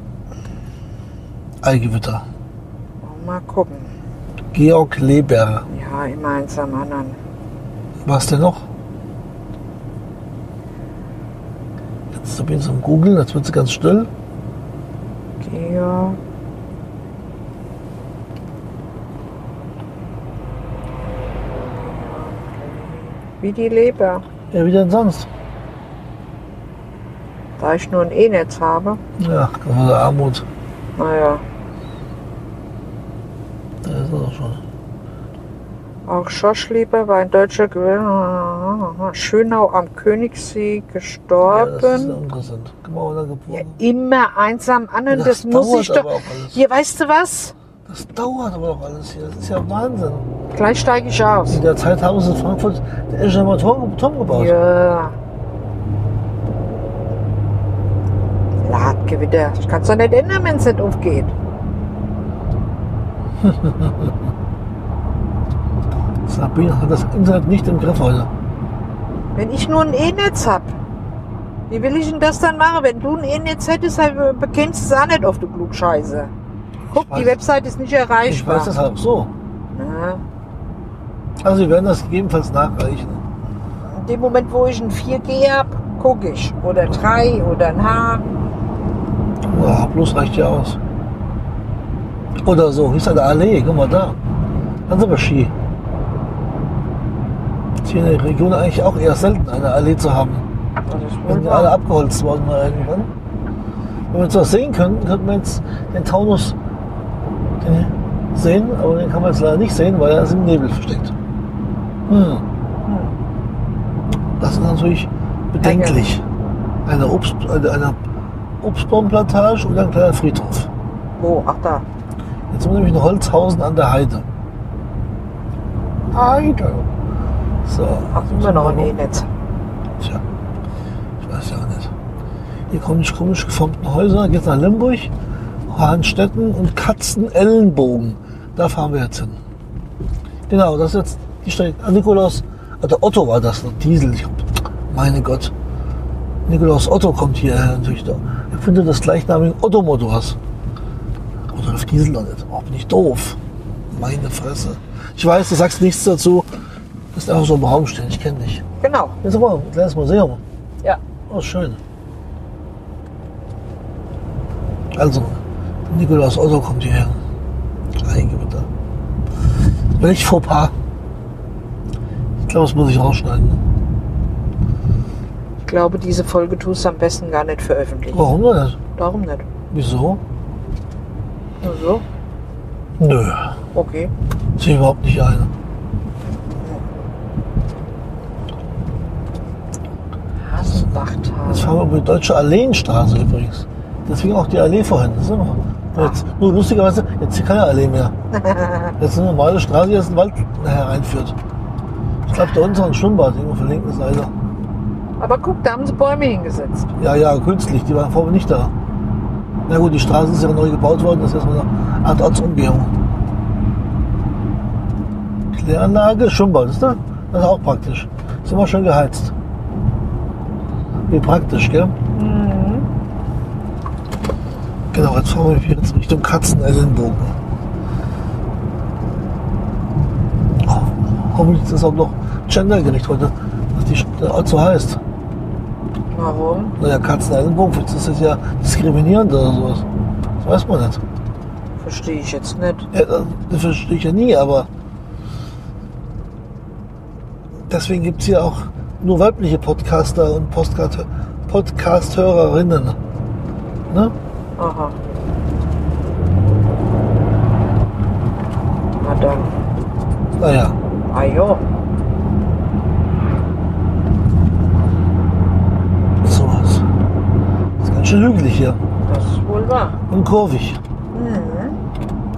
A: Eigewitter.
B: Mal gucken.
A: Georg Leber.
B: Ja, immer eins am anderen.
A: Was denn noch? Jetzt bin ich so am Googeln, jetzt wird sie ganz still.
B: Georg. Wie die Leber.
A: Ja, wie denn sonst?
B: Da ich nur ein E-Netz habe.
A: Ja, große Armut.
B: Naja,
A: Da ist er doch schon.
B: auch Schoschlieber war ein deutscher Gewinner. Schönau am Königssee
A: Ja, das ist ja
B: gestorben.
A: interessant. Genau, da
B: Ja,
A: geboren.
B: immer einsam anderen, das,
A: Das
B: muss ich
A: dauert
B: doch.
A: aber auch alles.
B: Hier, weißt du was?
A: Das dauert aber doch alles hier. Das ist ja Wahnsinn.
B: Gleich steige ich aus.
A: In der Zeit haben sie in Frankfurt den Eschenheimer Turm, Turm gebaut.
B: Ja. Ladgewitter. Ich kann es doch nicht ändern, wenn es nicht aufgeht.
A: Sabine hat das Internet nicht im Griff heute.
B: Wenn ich nur ein E-Netz hab, wie will ich denn das dann machen? Wenn du ein E-Netz hättest, dann bekennst du es auch nicht auf die Klugscheiße. Guck,
A: Ich
B: die
A: weiß-
B: Website ist nicht
A: Ich,
B: erreichbar.
A: weiß das auch so.
B: Na,
A: Also wir werden das gegebenenfalls nachreichen.
B: in dem Moment, wo ich ein 4G hab, gucke ich. Oder 3 oder ein H.
A: Ja, bloß reicht ja aus. Oder so, hier ist eine Allee, guck mal da. Dann sind wir Ski. Ist hier in der Region eigentlich auch eher selten, eine Allee zu haben.
B: Das ist
A: Wenn
B: wohl
A: die alle
B: wahr.
A: abgeholzt worden mal irgendwann. Wenn wir jetzt was sehen könnten, könnten wir jetzt den Taunus den sehen, aber den kann man jetzt leider nicht sehen, weil er ist im Nebel versteckt. Hm. Das ist natürlich bedenklich. Eine, Obst, eine, eine Obstbaumplantage oder ein kleiner Friedhof.
B: Wo? Oh, Ach da.
A: Jetzt sind wir nämlich in Holzhausen an der Heide. Heide. So.
B: Ach, immer noch ein E-Netz.
A: Tja, ich weiß ja auch nicht. Hier kommen die komisch geformten Häuser, geht's nach Limburg, Hahnstetten und Katzenellenbogen. Da fahren wir jetzt hin. Genau, das ist jetzt die Strecke. Ah, Nikolaus, ah, der Otto war das, der Diesel. Ich, meine Gott. Nikolaus Otto kommt hierher natürlich da. Er findet das gleichnamige Otto-Motors. Rudolf Diesel noch nicht. Oh, bin ich doof. Meine Fresse. Ich weiß, du sagst nichts dazu. Das ist einfach so im Raum stehen. Ich kenne dich.
B: Genau.
A: Hier ist aber ein kleines Museum.
B: Ja.
A: Oh, schön. Also, Nikolaus Otto kommt hierher. Einige bitte. Welch Fauxpas? Ich glaube, das muss ich rausschneiden. Ne?
B: Ich glaube, diese Folge tust du am besten gar nicht veröffentlichen.
A: Warum denn das?
B: Darum nicht.
A: Wieso?
B: Nur so?
A: Nö,
B: Okay.
A: sehe ich überhaupt nicht ein. Jetzt
B: Hasenbachtal.
A: fahren wir über die Deutsche Alleenstraße übrigens. Deswegen auch die Allee vorhin. Das ist immer. Jetzt, nur lustigerweise, jetzt hier keine Allee mehr. Jetzt ist eine normale Straße, die jetzt einen Wald hereinführt. Ich glaube, da unten ist noch ein Schwimmbad, irgendwo verlinkt ist leider.
B: Aber guck, da haben sie Bäume hingesetzt.
A: Ja, ja, künstlich, die waren vorher nicht da. Na gut, die Straße ist ja neu gebaut worden, das ist erstmal eine Art Ortsumgehung. Kläranlage, Schwimmbad, ist das? ne? Das ist auch praktisch. Ist immer schön geheizt. Wie praktisch, gell?
B: Mhm.
A: Genau, jetzt fahren wir hier jetzt Richtung Katzenellenbogen. Oh, hoffentlich ist das auch noch gendergerecht heute, dass die Stadt so heißt.
B: Warum?
A: Naja, Katzenellenbogen, das ist das ja diskriminierend oder sowas. Das weiß man nicht.
B: Verstehe ich jetzt nicht.
A: Ja, das verstehe ich ja nie, aber deswegen gibt es hier auch nur weibliche Podcaster und Postcard- Podcast-Hörerinnen. Ne?
B: Aha. Na dann.
A: Naja,
B: Ah jo.
A: sowas. Das ist ganz schön hügelig hier
B: Das ist wohl wahr.
A: und kurvig.
B: Mhm.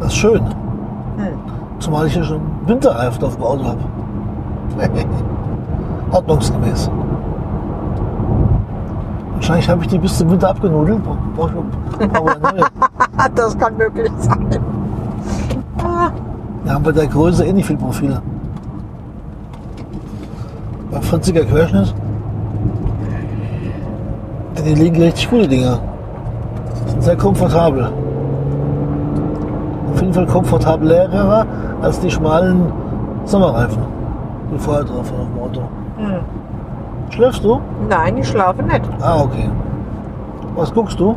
A: Das ist schön.
B: Hm.
A: Zumal ich ja schon Winterreifen auf dem Auto habe. Ordnungsgemäß. Wahrscheinlich habe ich die bis zum Winter abgenudelt. Brauche ich brauche eine neue.
B: Ah, Das kann möglich sein. Ah.
A: Wir haben bei der Größe eh nicht viel Profile. Beim 40er Querschnitt. Denn hier liegen richtig gute Dinger. Sind sehr komfortabel. Auf jeden Fall komfortablerer als die schmalen Sommerreifen, die vorher drauf waren auf dem Auto.
B: Hm.
A: Schläfst du?
B: Nein, ich schlafe nicht.
A: Ah, okay. Was guckst du?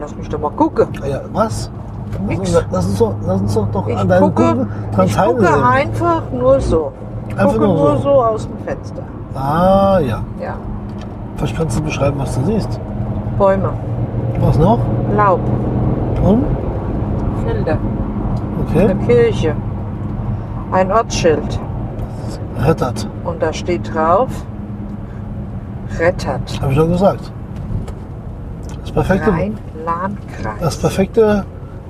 B: Lass mich doch mal gucken.
A: Ah Ja, was?
B: Nix.
A: Lass uns doch, lass uns doch
B: Ich
A: an deinen
B: gucke,
A: Kunden dran
B: ich gucke
A: teilnehmen.
B: einfach nur so. Ich
A: Einfach
B: gucke
A: nur
B: nur
A: so.
B: so aus dem Fenster.
A: Ah, ja.
B: Ja.
A: Vielleicht kannst du beschreiben, was du siehst.
B: Bäume,
A: Was noch?
B: Laub,
A: Und?
B: Felder,
A: Okay.
B: eine Kirche, ein Ortsschild.
A: Rettert.
B: Und da steht drauf, rettert.
A: Habe ich doch gesagt. Das perfekte,
B: Rhein-Lahn-Kreis.
A: das perfekte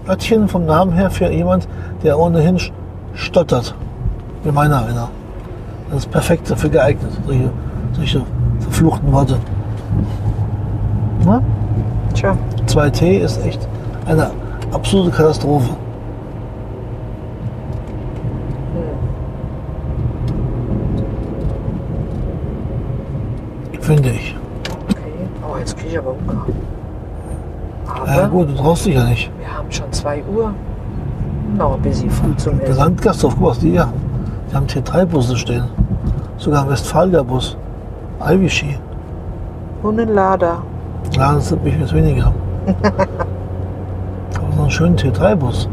A: Örtchen vom Namen her für jemand, der ohnehin sch- stottert. Wie meiner einer. Das ist perfekt dafür geeignet. Solche, solche verfluchten Worte. Na?
B: Tja,
A: 2T ist echt eine absolute Katastrophe. finde ich.
B: Okay. Oh, jetzt kriege ich aber Hunger. Aber
A: Ja, gut, du traust dich ja nicht.
B: wir haben schon 2 Uhr. Noch ein bisschen früh zum
A: Der
B: Essen.
A: Landgasthof, guck mal, was die hier haben. Die haben T3-Busse stehen. Sogar ein Westfalia-Bus. Ivy-Ski.
B: Und ein Lader.
A: Ja, das sind mich jetzt weniger. Aber so einen schönen T3-Bus.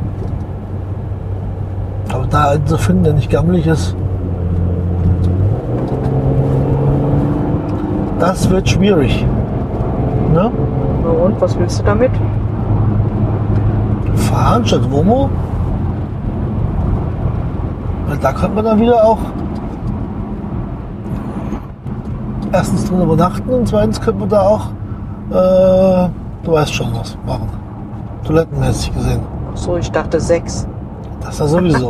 A: Aber da einen zu finden, der nicht gammelig ist, das wird schwierig. Ne?
B: Na Und was willst du damit?
A: Fahren statt Womo? Weil da könnte man dann wieder auch erstens drin übernachten und zweitens könnte man da auch, äh, du weißt schon was, machen. Toilettenmäßig gesehen.
B: Ach so, ich dachte 6.
A: Das ist ja sowieso.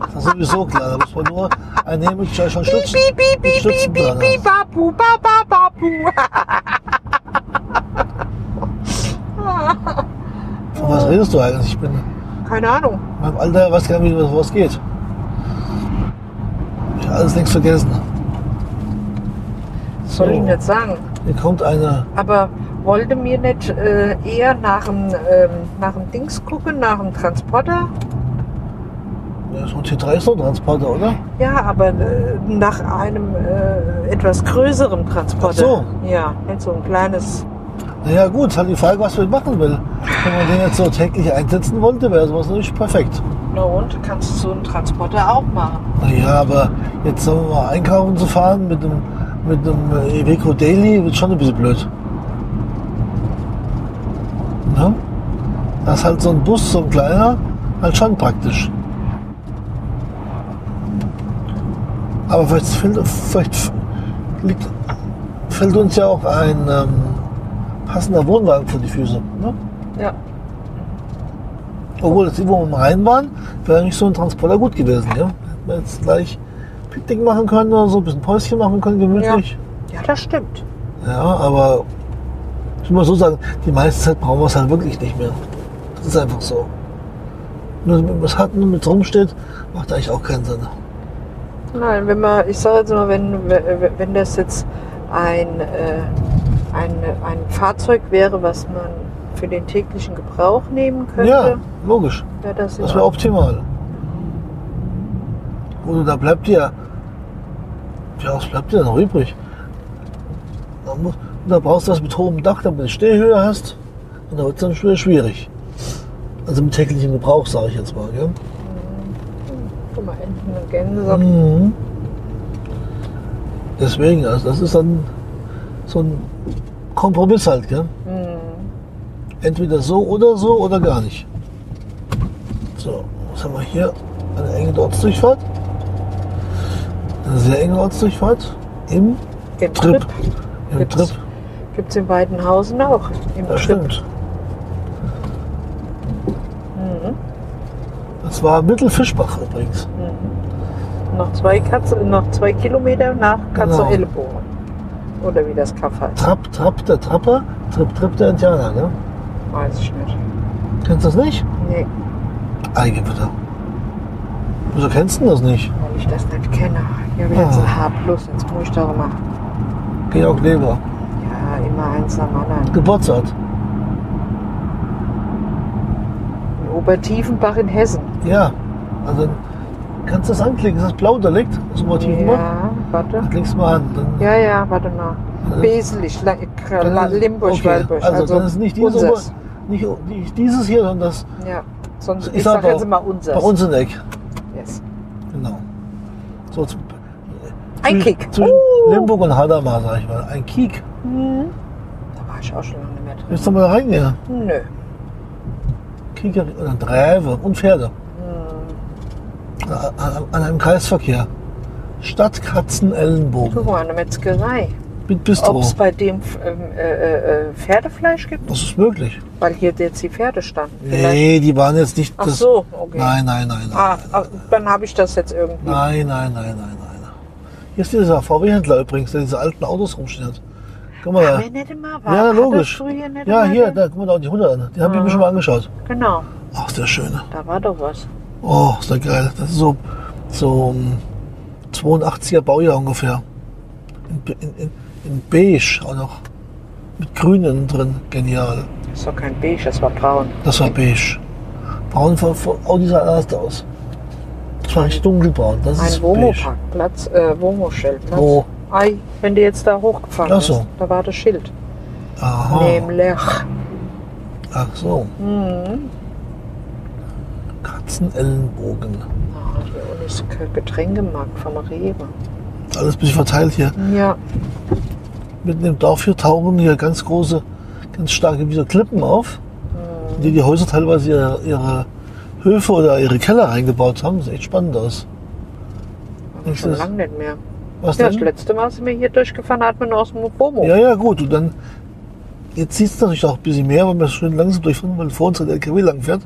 A: Das ist ja sowieso klar. Da muss man nur ein Hebelstein schon schützen.
B: Piep, piep,
A: mit
B: piep,
A: Schützen
B: piep, piep,
A: dran
B: piep,
A: ist.
B: babu, ba, ba, babu.
A: Von was redest du eigentlich? Ich bin in
B: Keine Ahnung.
A: meinem Alter, weiß gar nicht, wie das was geht. Ich habe alles längst vergessen.
B: Was soll ich denn jetzt sagen?
A: Hier kommt eine
B: Aber wollte mir nicht äh, eher nach dem, ähm, nach dem Dings gucken, nach dem Transporter?
A: Ja, So ein T3 ist doch ein Transporter, oder?
B: Ja, aber äh, nach einem äh, etwas größeren Transporter.
A: Ach so.
B: Ja, nicht so ein kleines.
A: Naja gut, ist halt die Frage, was man machen will. Wenn man den jetzt so täglich einsetzen wollte, wäre sowas natürlich perfekt.
B: Na und, kannst du so einen Transporter auch machen?
A: Naja, aber jetzt sagen wir mal, einkaufen zu fahren mit einem, mit einem äh, Iveco Daily wird schon ein bisschen blöd. Ne? Das ist halt so ein Bus, so ein kleiner, halt schon praktisch. Aber vielleicht, fehlt- vielleicht liegt, fällt uns ja auch ein ähm, passender Wohnwagen vor die Füße. Ne?
B: Ja.
A: Obwohl, das wo wir mal rein waren, wäre nicht so ein Transporter gut gewesen. Ja? Hätten wir jetzt gleich Picknick machen können oder so, ein bisschen Päuschen machen können, gemütlich.
B: Ja, das stimmt.
A: Ja, aber ich muss mal so sagen, die meiste Zeit brauchen wir es halt wirklich nicht mehr. Das ist einfach so. Nur wenn man es hat und mit rumsteht, macht eigentlich auch keinen Sinn.
B: Nein, wenn man, ich sage jetzt mal, wenn, wenn das jetzt ein, äh, ein, ein Fahrzeug wäre, was man für den täglichen Gebrauch nehmen könnte,
A: Ja, logisch.
B: wäre das,
A: Das
B: in
A: wäre
B: Ordnung.
A: optimal. Oder da bleibt ja. Ja, was bleibt dir noch übrig? Da, muss, da brauchst du was mit hohem Dach, damit du Stehhöhe hast. Und da wird es dann schon wieder schwierig. Also mit täglichem Gebrauch, sage ich jetzt mal. Gell?
B: Guck mal, Enten und Gänse.
A: Mhm. Deswegen, also das ist dann so ein Kompromiss halt. Gell?
B: Mhm.
A: Entweder so oder so oder gar nicht. So, was haben wir hier? Eine enge Ortsdurchfahrt. Eine sehr enge Ortsdurchfahrt. Im
B: Den
A: Trip.
B: Trip
A: Im
B: Gibt's.
A: Trip.
B: gibt es in Weidenhausen auch. Im
A: Das
B: Trip.
A: stimmt.
B: Mhm.
A: Das war Mittelfischbach übrigens.
B: Mhm. Noch, zwei Katze, noch zwei Kilometer nach
A: Genau.
B: Katze-Ellebogen. Oder wie das Kaff heißt.
A: Trapp, Trapp der Trapper, Trip, Trip der Indianer, ne?
B: Weiß ich nicht.
A: Kennst du das nicht?
B: Nee,
A: Eige bitte. Wieso kennst du das nicht?
B: weil ich das nicht kenne. Ich habe jetzt
A: Ah.
B: ein Haar plus, jetzt muss ich darüber machen.
A: Georg Leber.
B: Ja, immer eins am anderen.
A: Geburtsort.
B: In Obertiefenbach in Hessen.
A: Ja. Also kannst du das anklicken, ist das blau da liegt? Das Motivbach?
B: Ja, warte.
A: Klickst mal an. Dann
B: Ja, ja, warte mal.
A: Also-
B: Beselig, La- Kra-
A: Dann
B: La-
A: ist-
B: Limburg,
A: okay,
B: Walburg.
A: also dann ist nicht diese
B: unseres.
A: Nicht, nicht dieses hier, sondern das
B: Ja, sonst,
A: Ich
B: ich
A: sag
B: sag
A: aber,
B: jetzt immer unseres.
A: bei uns in Eck.
B: Yes.
A: Genau. So, z-
B: Ein
A: zwischen-
B: Kick.
A: Zwischen
B: Uh.
A: Limburg und Hadamar, sag ich mal. Ein Kick.
B: Mhm. Da war ich auch schon lange nicht mehr drin.
A: Willst du mal da reingehen?
B: Nö.
A: Kick oder Dräve und Pferde.
B: Mhm.
A: An, an- an einem Kreisverkehr. Stadt
B: Guck
A: Katzenellenbogen.
B: mal, eine Metzgerei.
A: Mit
B: Ob
A: Bistro.
B: es bei dem ähm, äh, äh, Pferdefleisch gibt?
A: Das ist möglich.
B: Weil hier jetzt die Pferde standen. Vielleicht-
A: Nee, die waren jetzt nicht.
B: Ach
A: das-
B: so, okay.
A: Nein, nein, nein, nein.
B: Ah, ah, dann habe ich das jetzt irgendwie.
A: Nein, nein, nein, nein, nein. Hier ist dieser VW-Händler übrigens, der diese alten Autos rumstehen hat. Guck mal da.
B: Haben wir nicht immer war,
A: Ja,
B: hat
A: logisch.
B: das früher nicht
A: Ja,
B: immer
A: hier,
B: denn?
A: da, guck mal da die Hunde an. Die haben ich mir schon mal angeschaut.
B: Genau,
A: Ach, ist der schöne.
B: da war doch was.
A: Oh, ist der geil. Das ist so, so um, 82er Baujahr ungefähr. In, in, in, In beige auch noch. Mit grün innen drin. Genial.
B: Das ist doch kein Beige, das war braun.
A: Das war beige. Braun von Audi sah anders aus. Das war echt dunkelbraun. Das
B: Ein
A: ist beige.
B: Womo-Parkplatz, äh, Womo-Stellplatz.
A: Wo?
B: Ei, wenn du jetzt da hochgefahren
A: Ach so. Oh.
B: bist, da war das Schild.
A: Aha.
B: Nämlich. Ah,
A: Ach so.
B: Mhm.
A: Katzenellenbogen.
B: Ah, hier unten ist der Getränkemarkt vom Rewe.
A: Alles ein bisschen verteilt hier.
B: Ja,
A: Mitten im Dorf hier tauchen hier ganz große, ganz starke wieder Klippen auf,
B: Mhm.
A: in die die Häuser teilweise ihre, ihre Höfe oder ihre Keller reingebaut haben. Sieht echt spannend aus.
B: aber
A: Ist
B: schon
A: das-
B: lange nicht mehr.
A: Was
B: Ja, das
A: denn?
B: letzte Mal sind wir hier durchgefahren, da hat man noch aus dem Womo.
A: Ja, ja, gut. Und dann, jetzt sieht es natürlich auch ein bisschen mehr, weil wir schön langsam durchfahren, weil vor uns der LKW langfährt.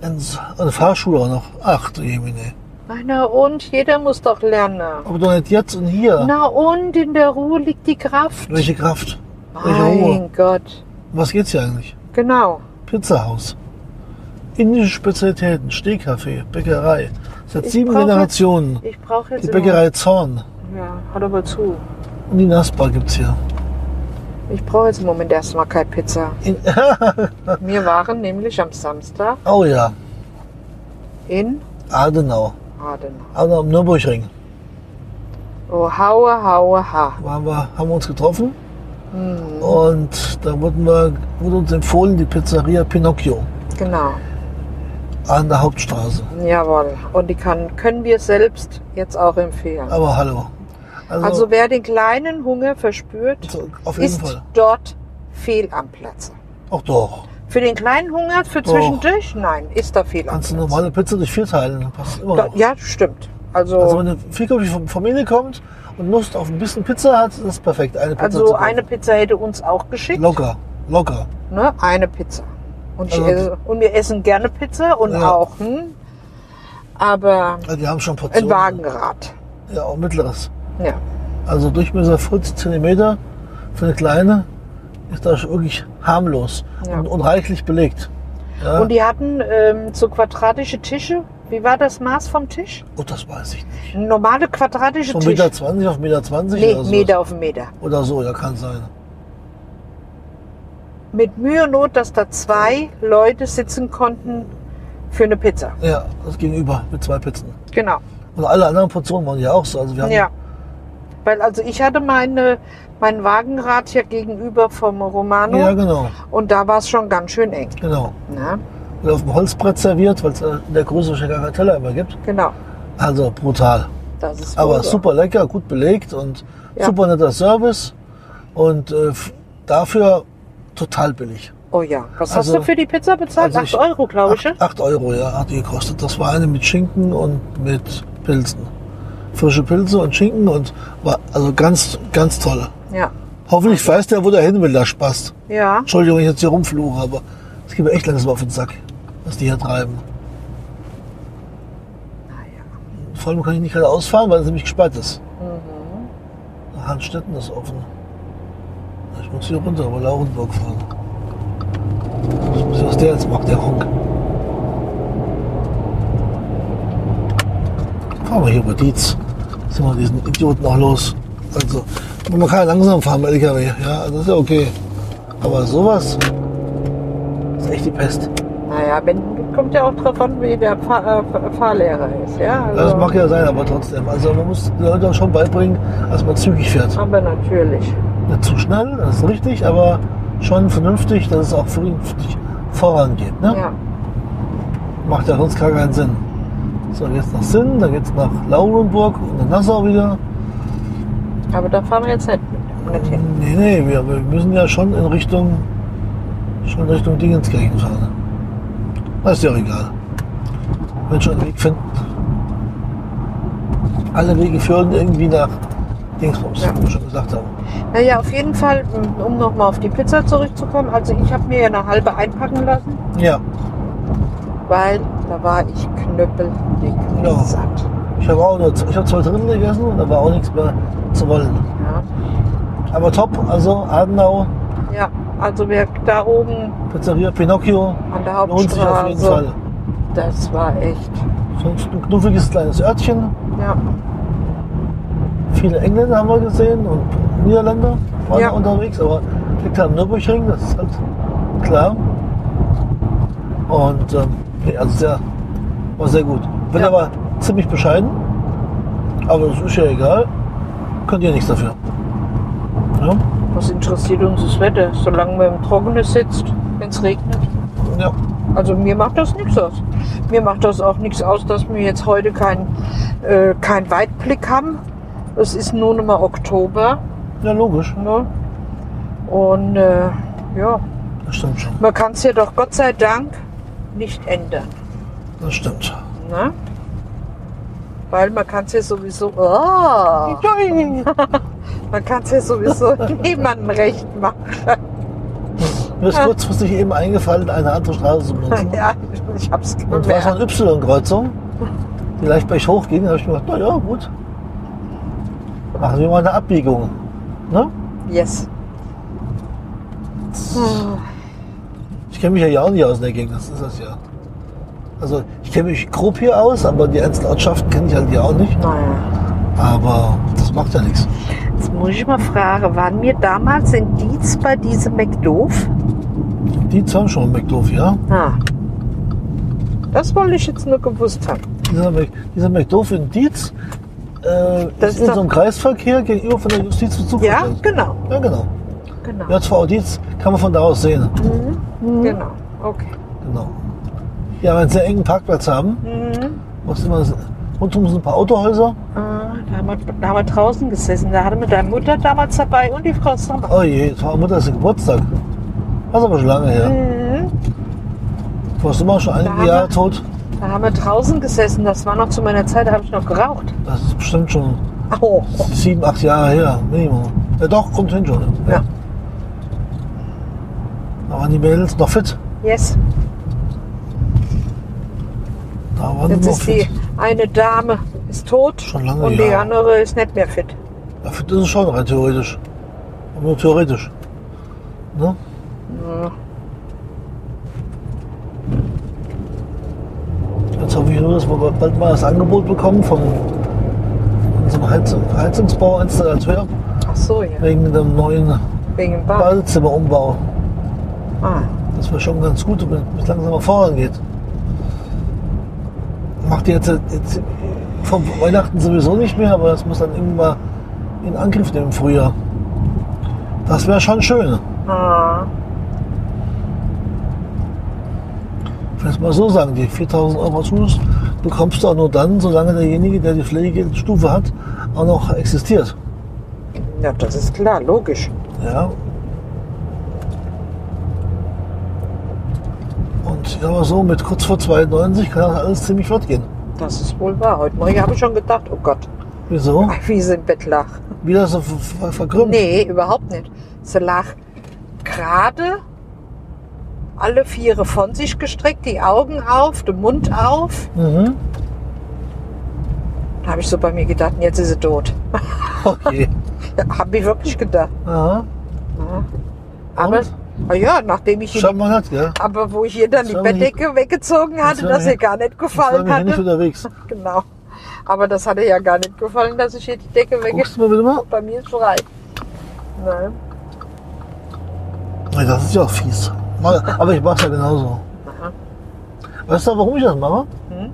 A: Ins- Eine Fahrschule auch noch. Ach du Jemine.
B: Ach, Na und, jeder muss doch lernen.
A: Aber doch nicht jetzt und hier.
B: Na und, in der Ruhe liegt die Kraft.
A: Welche Kraft? Welche Ruhe?
B: Mein Gott.
A: Um Was geht's hier eigentlich?
B: Genau.
A: Pizzahaus. Indische Spezialitäten, Stehkaffee, Bäckerei. Seit
B: Ich
A: sieben
B: brauche-
A: Generationen.
B: Ich brauche jetzt...
A: Die
B: immer-
A: Bäckerei Zorn.
B: Ja, hat aber zu.
A: Und die Nasbar gibt's hier.
B: Ich brauche jetzt im Moment erstmal keine Pizza.
A: In,
B: Wir waren nämlich am Samstag
A: oh ja,
B: in
A: Adenau.
B: Adenau.
A: Adenau am Nürburgring.
B: Oh, haue, haue, ha.
A: Waren wir, haben wir uns getroffen
B: Hm,
A: und da wurden wir, wurde uns empfohlen, die Pizzeria Pinocchio
B: genau.
A: an der Hauptstraße.
B: Jawohl. Und die kann, können wir selbst jetzt auch empfehlen.
A: Aber hallo. Also,
B: Also wer den kleinen Hunger verspürt,
A: so, auf jeden
B: ist
A: Fall.
B: dort fehl am Platze.
A: Auch doch.
B: Für den kleinen Hunger, für
A: Doch.
B: zwischendurch, nein, ist da fehl am
A: Kannst
B: Platze.
A: du normale Pizza durch vier teilen. Passt immer
B: Da,
A: noch.
B: ja, stimmt. Also,
A: Also
B: also,
A: wenn eine vierköpfige Familie kommt und Lust auf ein bisschen Pizza hat, ist das perfekt. Eine Pizza zu kaufen.
B: Also, eine Pizza hätte uns auch geschickt.
A: locker, locker.
B: Ne? Eine Pizza. Und, ich
A: Also-
B: esse, und wir essen gerne Pizza und
A: Ja.
B: auch, hm, aber
A: Also die haben schon
B: ein
A: Portionen.
B: Wagenrad.
A: Ja, auch mittleres.
B: Ja.
A: Also Durchmesser 40 cm für eine kleine ist das wirklich harmlos
B: Ja.
A: und, und reichlich belegt. Ja.
B: Und die hatten ähm, so quadratische Tische. Wie war das Maß vom Tisch?
A: oh, das weiß ich nicht.
B: Normale quadratische
A: Von
B: Tisch.
A: Meter 20 auf Meter 20
B: nee,
A: oder so.
B: Meter auf Meter.
A: Oder so, ja, kann sein.
B: Mit Mühe und Not, dass da zwei Leute sitzen konnten für eine Pizza.
A: Ja, das gegenüber mit zwei Pizzen.
B: Genau.
A: Und alle anderen Portionen waren ja auch so. Also wir haben
B: Ja. Weil also ich hatte meine, mein Wagenrad hier gegenüber vom Romano
A: ja genau,
B: und da war es schon ganz schön eng.
A: genau.
B: Ne?
A: Und auf dem Holzbrett serviert, weil es in der Größe wahrscheinlich gar keine Teller immer gibt.
B: Genau.
A: Also brutal.
B: Das ist
A: Aber
B: wohl so.
A: super lecker, gut belegt und
B: Ja.
A: super netter Service und äh, f- dafür total billig.
B: Oh ja. Was
A: Also-
B: hast du für die Pizza bezahlt?
A: also ich-
B: 8 Euro, glaube ich. ne?
A: 8 Euro ja, hat die gekostet. Das war eine mit Schinken und mit Pilzen. Frische Pilze und Schinken und war also ganz, ganz toll.
B: ne? Ja.
A: Hoffentlich weiß der, wo der hin will, der Spaß.
B: Ja.
A: Entschuldigung, wenn ich jetzt hier rumfluche, aber es geht mir echt langsam auf den Sack, was die hier treiben. Vor allem kann ich nicht gerade ausfahren, weil es nämlich gesperrt ist.
B: Mhm.
A: Nach Hanstetten ist offen. Ich muss hier runter, aber Laurenburg fahren. Ich muss, was der jetzt macht, der Honk. Fahren wir hier über Dietz. Sind wir diesen Idioten auch los. Also, man kann ja langsam fahren mit LKW, ja, also das ist ja okay. Aber sowas ist echt die Pest.
B: Naja, wenn, kommt ja auch drauf an, wie der Fahr, äh, Fahrlehrer ist. Ja. Also,
A: Das mag ja sein, aber trotzdem. Also man muss die Leute auch schon beibringen, dass man zügig fährt.
B: Aber natürlich.
A: Nicht zu schnell, das ist richtig, aber schon vernünftig, dass es auch vernünftig vorangeht. Ne?
B: Ja.
A: Macht ja sonst gar keinen Sinn. So, jetzt nach Sinn, dann geht's nach Laurenburg und nach Nassau wieder.
B: Aber da fahren wir jetzt nicht, mit, nicht hin.
A: Nee, nee, wir, wir müssen ja schon in Richtung, schon Richtung Dingenskirchen fahren. Das ist ja auch egal. Wenn schon einen Weg finden. Alle Wege führen irgendwie nach Dingsbums,
B: Ja.
A: wie wir schon gesagt haben.
B: Naja, auf jeden Fall, m, um nochmal auf die Pizza zurückzukommen. Also ich habe mir ja eine halbe einpacken lassen,
A: Ja,
B: weil da war ich knüppeldick
A: Ja.
B: satt.
A: ich habe auch nur, z- ich habe zwei Drittel gegessen und da war auch nichts mehr zu wollen.
B: Ja.
A: Aber top, also Adenau,
B: ja, also wer da oben
A: Pizzeria Pinocchio,
B: an der
A: lohnt sich auf jeden
B: Hauptstraße,
A: Fall.
B: das war echt.
A: Sonst ein knuffiges kleines Örtchen,
B: Ja,
A: Viele Engländer haben wir gesehen und Niederländer waren
B: Ja.
A: da unterwegs, aber liegt halt am Nürburgring, das ist halt klar. Und ähm, nee, also sehr, war sehr gut. Wetter
B: Ja.
A: war ziemlich bescheiden, aber das ist ja egal. Könnt ihr nichts dafür. Ja,
B: Was interessiert uns das Wetter, solange man im Trockenen sitzt, wenn es regnet?
A: ja.
B: Also mir macht das nichts aus. Mir macht das auch nichts aus, dass wir jetzt heute keinen äh, kein Weitblick haben. Es ist nun mal Oktober.
A: ja logisch,
B: Ne? Und äh, ja,
A: das stimmt schon.
B: man kann es ja doch Gott sei Dank nicht ändern.
A: Das stimmt.
B: Ne? Weil man kann es ja sowieso. Ah, man kann es ja sowieso niemandem recht machen.
A: Mir ist kurzfristig eben eingefallen, eine andere Straße zu benutzen.
B: Ja, ich hab's
A: Und war so
B: gemerkt.
A: eine Y-Kreuzung, die leicht bei euch hochging. Da habe ich mir gedacht, naja, gut. Machen wir mal eine Abbiegung. Ne?
B: Yes. Hm.
A: Ich kenne mich ja auch nicht aus in der Gegend, das ist das ja. Also ich kenne mich grob hier aus, aber die einzelnen Ortschaften kenne ich halt hier auch nicht.
B: Naja.
A: Aber das macht ja nichts.
B: Jetzt muss ich mal fragen, waren wir damals in Dietz bei diesem McDoof?
A: Die zahlen schon im McDoof, ja.
B: Ah. Das wollte ich jetzt nur gewusst haben.
A: Dieser, Mc, dieser McDoof in Dietz äh,
B: Das
A: ist
B: ist
A: in
B: doch-
A: so einem Kreisverkehr gegenüber von der Justiz zu
B: Ja, genau.
A: ja, genau.
B: Genau.
A: JV Dietz kann man von da aus sehen.
B: Genau. Okay.
A: Genau. Die haben einen sehr engen Parkplatz haben.
B: Mhm.
A: Was immer, rundum sind ein paar Autohäuser.
B: Ah, da, haben wir, da haben wir draußen gesessen. Da hatte mit deine Mutter damals dabei und die Frau Sommer.
A: Oh je, jetzt war Mutter ist Geburtstag. Das ist aber schon lange her.
B: Mhm.
A: Du warst immer schon einige
B: Lange.
A: Jahre tot.
B: Da haben wir draußen gesessen. Das war noch zu meiner Zeit, da habe ich noch geraucht.
A: Das ist bestimmt schon
B: Oh.
A: sieben, acht Jahre her, Minimum. Ja doch, kommt hin schon.
B: Ja.
A: Da waren die Mädels noch fit.
B: Yes.
A: Da waren
B: Jetzt
A: die noch
B: ist die
A: fit.
B: eine Dame ist tot
A: Schon lange,
B: und die
A: ja.
B: andere ist nicht mehr fit.
A: Ja, fit ist es schon rein theoretisch. Aber nur theoretisch. Ne?
B: Mhm.
A: Jetzt hoffe ich nur, dass wir bald mal das Angebot bekommen von unserem Heiz Heizungsbauinstallateur
B: Ach so, ja.
A: wegen dem neuen
B: Wegen dem Bad.
A: Badezimmerumbau.
B: Ah.
A: Das wäre schon ganz gut, wenn es langsamer vorangeht. Macht ihr jetzt, jetzt vom Weihnachten sowieso nicht mehr, aber das muss dann irgendwann mal in Angriff nehmen im Frühjahr. Das wäre schon schön.
B: Ah.
A: Vielleicht mal so sagen, die 4000 Euro Zuschuss bekommst du auch nur dann, solange derjenige, der die Pflegestufe hat, auch noch existiert.
B: Ja, das ist klar, logisch.
A: Ja. Und ja, aber so mit kurz vor 92 kann das alles ziemlich flott gehen.
B: Das ist wohl wahr. Heute Morgen habe ich schon gedacht, oh Gott,
A: Wieso?
B: wie sie im Bett lag.
A: Wieder so ver ver verkrümmt?
B: Nee, überhaupt nicht. Sie lag gerade alle Viere von sich gestreckt, die Augen auf, den Mund auf.
A: Mhm.
B: Da habe ich so bei mir gedacht, jetzt ist sie tot.
A: Okay.
B: Ja, habe ich wirklich gedacht.
A: Aha.
B: Aber
A: Und?
B: na ja, nachdem ich
A: Schau
B: hier,
A: mal nicht, gell?
B: aber wo ich ihr dann die
A: Schau mal hier.
B: Bettdecke weggezogen hatte,
A: Schau mal
B: dass ihr
A: hier.
B: gar nicht
A: Ich war
B: gefallen
A: mir hier nicht
B: hatte.
A: unterwegs.
B: Genau. Aber das hatte ja gar nicht gefallen, dass ich ihr die Decke weggezogen
A: Guckst du mal bitte mal?
B: Bei mir ist frei. Nein.
A: Nee, das ist ja auch fies. Mal- Aber ich mach's ja genauso.
B: Aha.
A: Weißt du, warum ich das mache?
B: Hm?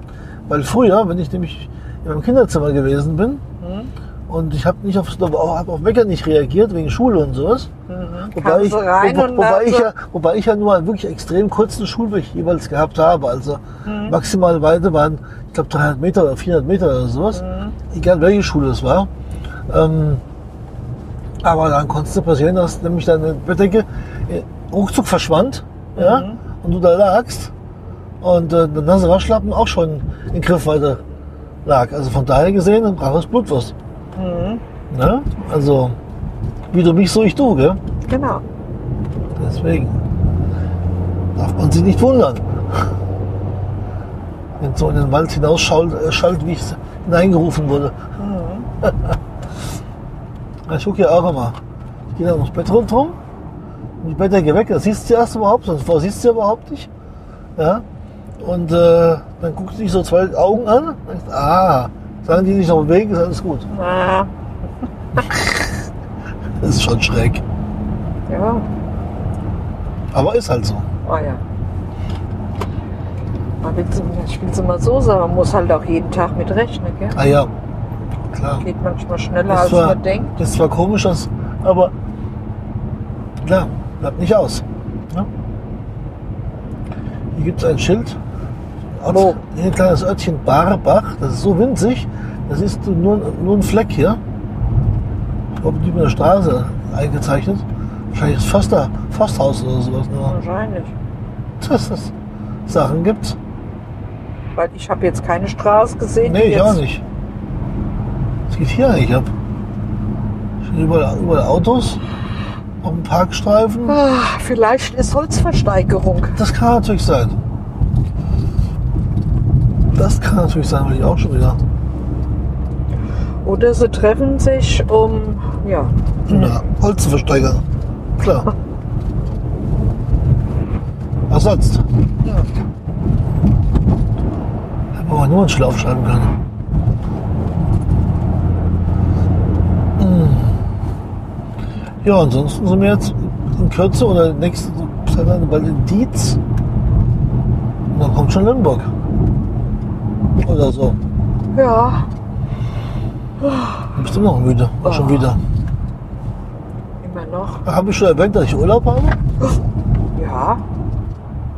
A: Weil früher, wenn ich nämlich in meinem Kinderzimmer gewesen bin
B: Hm?
A: und ich habe nicht auf, hab auf Wecker nicht reagiert wegen Schule und sowas,
B: Mhm.
A: Wobei
B: Kam
A: ich,
B: sie rein
A: wo,
B: und
A: wobei,
B: dann
A: ich
B: so-
A: ja, wobei ich ja nur einen wirklich extrem kurzen Schulweg jeweils gehabt habe. Also
B: Mhm.
A: maximale Weite waren, ich glaube, 300 Meter oder 400 Meter oder sowas.
B: Mhm.
A: Egal welche Schule es war. Ähm, aber dann konnte es passieren, dass nämlich deine Bettdecke äh, ruckzuck verschwand ja,
B: Mhm.
A: und du da lagst und äh, der nasse Waschlappen auch schon in Griffweite lag. Also von daher gesehen, ein braves Blutwurst.
B: Mhm.
A: Ne? Also wie du mich, so ich du, gell?
B: Genau.
A: Deswegen darf man sich nicht wundern, wenn so in den Wald hinausschallt, äh, schallt, wie ich hineingerufen wurde. ich gucke ja auch immer. Ich gehe dann ums Bett rundherum und die Bettdecke weg. Das siehst du erst überhaupt, sonst vorher siehst du ja überhaupt nicht. Ja? Und äh, dann guckst du dich so zwei Augen an. Denkst, ah, sagen die nicht auf dem Weg, ist alles gut.
B: Ah.
A: Das ist schon schräg.
B: Ja,
A: Aber ist halt so.
B: oh ja. Man will's- Ich will es immer so sagen, man muss halt auch jeden Tag mit rechnen. Gell?
A: Ah ja, klar.
B: Geht manchmal schneller,
A: Ist
B: als
A: wahr.
B: man denkt.
A: Das ist zwar komisch, das, aber klar, bleibt nicht aus. Ne? Hier gibt es ein Schild. Ort,
B: Wo?
A: Hier ein kleines Örtchen Barbach. Das ist so winzig. Das ist nur, nur ein Fleck hier. Ich glaube, die über der Straße eingezeichnet. Wahrscheinlich ist Förster, Forsthaus oder sowas. Ne?
B: Wahrscheinlich.
A: Dass es Sachen gibt.
B: Weil ich habe jetzt keine Straße gesehen.
A: Nee,
B: die
A: ich
B: jetzt,
A: auch nicht. Was geht hier eigentlich ab? Stehen überall, überall Autos auf dem Parkstreifen.
B: Ah, vielleicht ist Holzversteigerung.
A: Das kann natürlich sein. Das kann natürlich sein, weil ich auch schon wieder.
B: Oder sie treffen sich um, ja,
A: Na, Holz zu versteigern. Klar. Was sonst?
B: Ja.
A: Hätte man nur einen Schlauch schreiben können. Hm. Ja, ansonsten sind wir jetzt in Kürze oder nächste Zeit dann bald in Dietz. Und dann kommt schon Limburg. Oder so.
B: ja,
A: Bin Bestimmt noch müde.
B: Oh.
A: Schon wieder.
B: immer noch,
A: Habe ich schon erwähnt, dass ich Urlaub habe?
B: ja.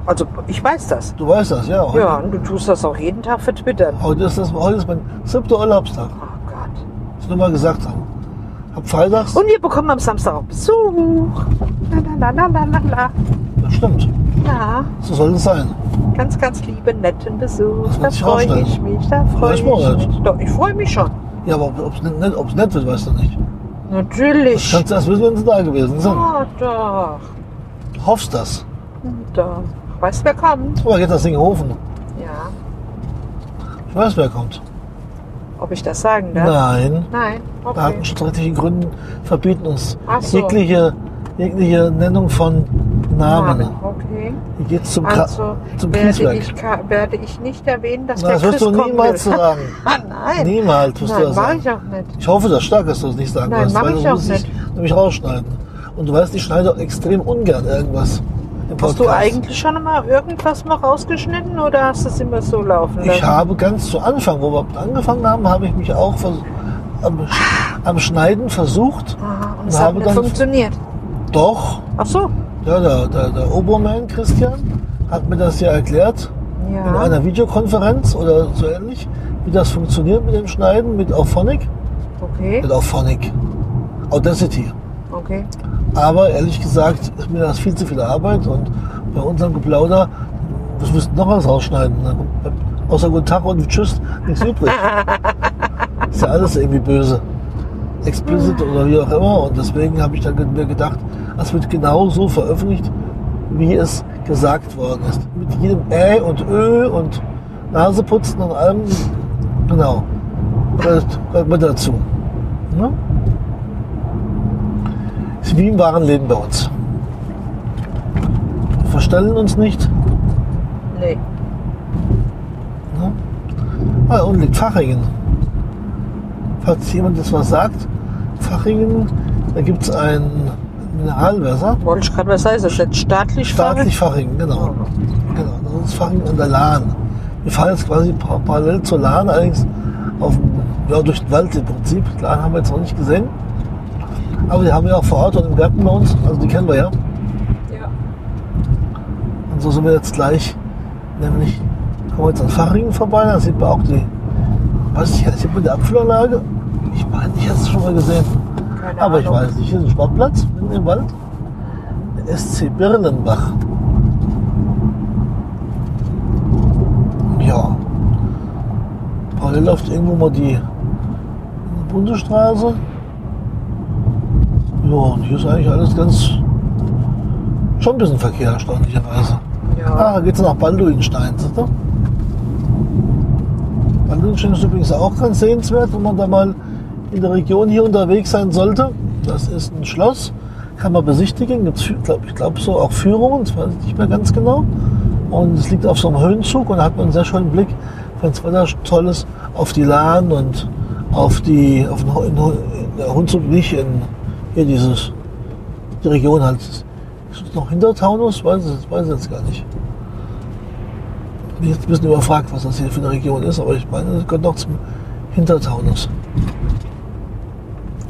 B: Also ich weiß das.
A: Du weißt das, ja. Heute,
B: Ja, und du tust das auch jeden Tag für Twitter.
A: heute, ist, das, heute ist mein siebter Urlaubstag.
B: Oh Gott.
A: Das ich nur mal gesagt haben. Ab freitags,
B: Und wir bekommen am Samstag auch Besuch. La la la la la la.
A: das stimmt.
B: Ja,
A: So soll es sein.
B: ganz, ganz liebe, netten Besuch.
A: Das
B: Da
A: wird sich
B: freue
A: rausstellen.
B: ich mich, da freue ich
A: Weiß man nicht.
B: mich. Doch, ich freue mich schon.
A: Ja, aber ob es nett, ob's nett wird, weißt du nicht. Das
B: Natürlich.
A: kannst du erst wissen, wenn sie da gewesen sind.
B: Oh, doch.
A: Hoffst das.
B: doch. Weißt wer kommt?
A: Oder geht das Ding hofen?
B: Ja.
A: Ich weiß, wer kommt.
B: Ob ich das sagen darf?
A: Nein.
B: Nein. Okay.
A: Datenschutzrechtlichen Gründen verbieten uns
B: Ach so.
A: jegliche, jegliche Nennung von Namen.
B: Okay.
A: Hier geht es zum, Kra-
B: Also
A: zum
B: werde
A: Kieswerk.
B: ich, ka- werde ich nicht erwähnen, dass
A: Das
B: der
A: wirst
B: Chris
A: du
B: kommt.
A: niemals sagen.
B: Ah, nein.
A: Niemals wirst du
B: Nein,
A: das
B: mache
A: sagen.
B: ich auch nicht.
A: Ich hoffe, dass stark ist, dass du es nicht sagen
B: Nein,
A: wirst,
B: mach
A: weil
B: ich
A: du
B: auch
A: musst dich nämlich rausschneiden. Und du weißt, ich schneide auch extrem ungern irgendwas im Podcast.
B: Hast du eigentlich schon mal irgendwas mal rausgeschnitten oder hast du es immer so laufen lassen?
A: Ich habe ganz zu Anfang, wo wir angefangen haben, habe ich mich auch vers- am, Sch- am Schneiden versucht.
B: Ah, und
A: und
B: es hat
A: habe
B: nicht
A: dann-
B: funktioniert.
A: Doch,
B: Ach so.
A: ja, der, der, der Oberman Christian hat mir das ja erklärt in
B: Ja.
A: einer Videokonferenz oder so ähnlich, wie das funktioniert mit dem Schneiden mit Auphonic.
B: Okay.
A: Mit Auphonic. Audacity.
B: Okay.
A: Aber ehrlich gesagt ist mir das viel zu viel Arbeit und bei unserem Geplauder, das müssten noch was rausschneiden. Ne? Außer Guten Tag und Tschüss, nichts übrig. ist ja alles irgendwie böse. Explicit oder wie auch immer. Und deswegen habe ich dann ge- mir gedacht, das wird genau so veröffentlicht, wie es gesagt worden ist. Mit jedem Ä und Ö und Naseputzen und allem. Genau. Gehört gehört mit dazu. Ne? Ist wie im wahren Leben bei uns. Wir verstellen uns nicht.
B: Nee.
A: Ne? Ah, und liegt Fachingen. Falls jemand das was sagt, Fachingen, da gibt es ein Mineralwasser.
B: Wollte ich gerade was sagen? Ist das jetzt staatlich?
A: Staatlich Fachingen, genau. genau. Das ist Fachingen an der Lahn. Wir fahren jetzt quasi pa- parallel zur Lahn, allerdings auf, dem- ja, durch den Wald im Prinzip. Lahn haben wir jetzt noch nicht gesehen. Aber die haben wir auch vor Ort und im Garten bei uns. Also die kennen wir ja.
B: Ja.
A: Und so sind wir jetzt gleich, nämlich kommen wir jetzt an Fachringen vorbei, da sieht man auch die, weiß ich, sieht man die Abfüllanlage? Ich meine, ich hätte es schon mal gesehen,
B: Keine
A: aber ich
B: Ahnung.
A: weiß nicht, hier ist ein Sportplatz mitten im Wald, der SC Birlenbach. Ja, parallel läuft irgendwo mal die Bundesstraße. Ja, und hier ist eigentlich alles ganz, schon ein bisschen Verkehr, erstaunlicherweise.
B: Ja.
A: Ah, da geht's nach Balduinstein, siehst du? Balduinstein ist übrigens auch ganz sehenswert, wenn man da mal in der Region hier unterwegs sein sollte. Das ist ein Schloss, kann man besichtigen, gibt's, fü- glaub, ich glaube so auch Führungen, das weiß ich nicht mehr ganz genau. Und es liegt auf so einem Höhenzug und da hat man einen sehr schönen Blick, wenn es Wetter toll ist, auf die Lahn und auf die, auf den, Ho- in, Ho- in der Hunsrück nicht, in hier dieses, die Region halt. Ist es noch hinter Taunus? Weiß ich jetzt, weiß ich jetzt gar nicht. Bin jetzt ein bisschen überfragt, was das hier für eine Region ist, aber ich meine, es gehört noch zum Hintertaunus.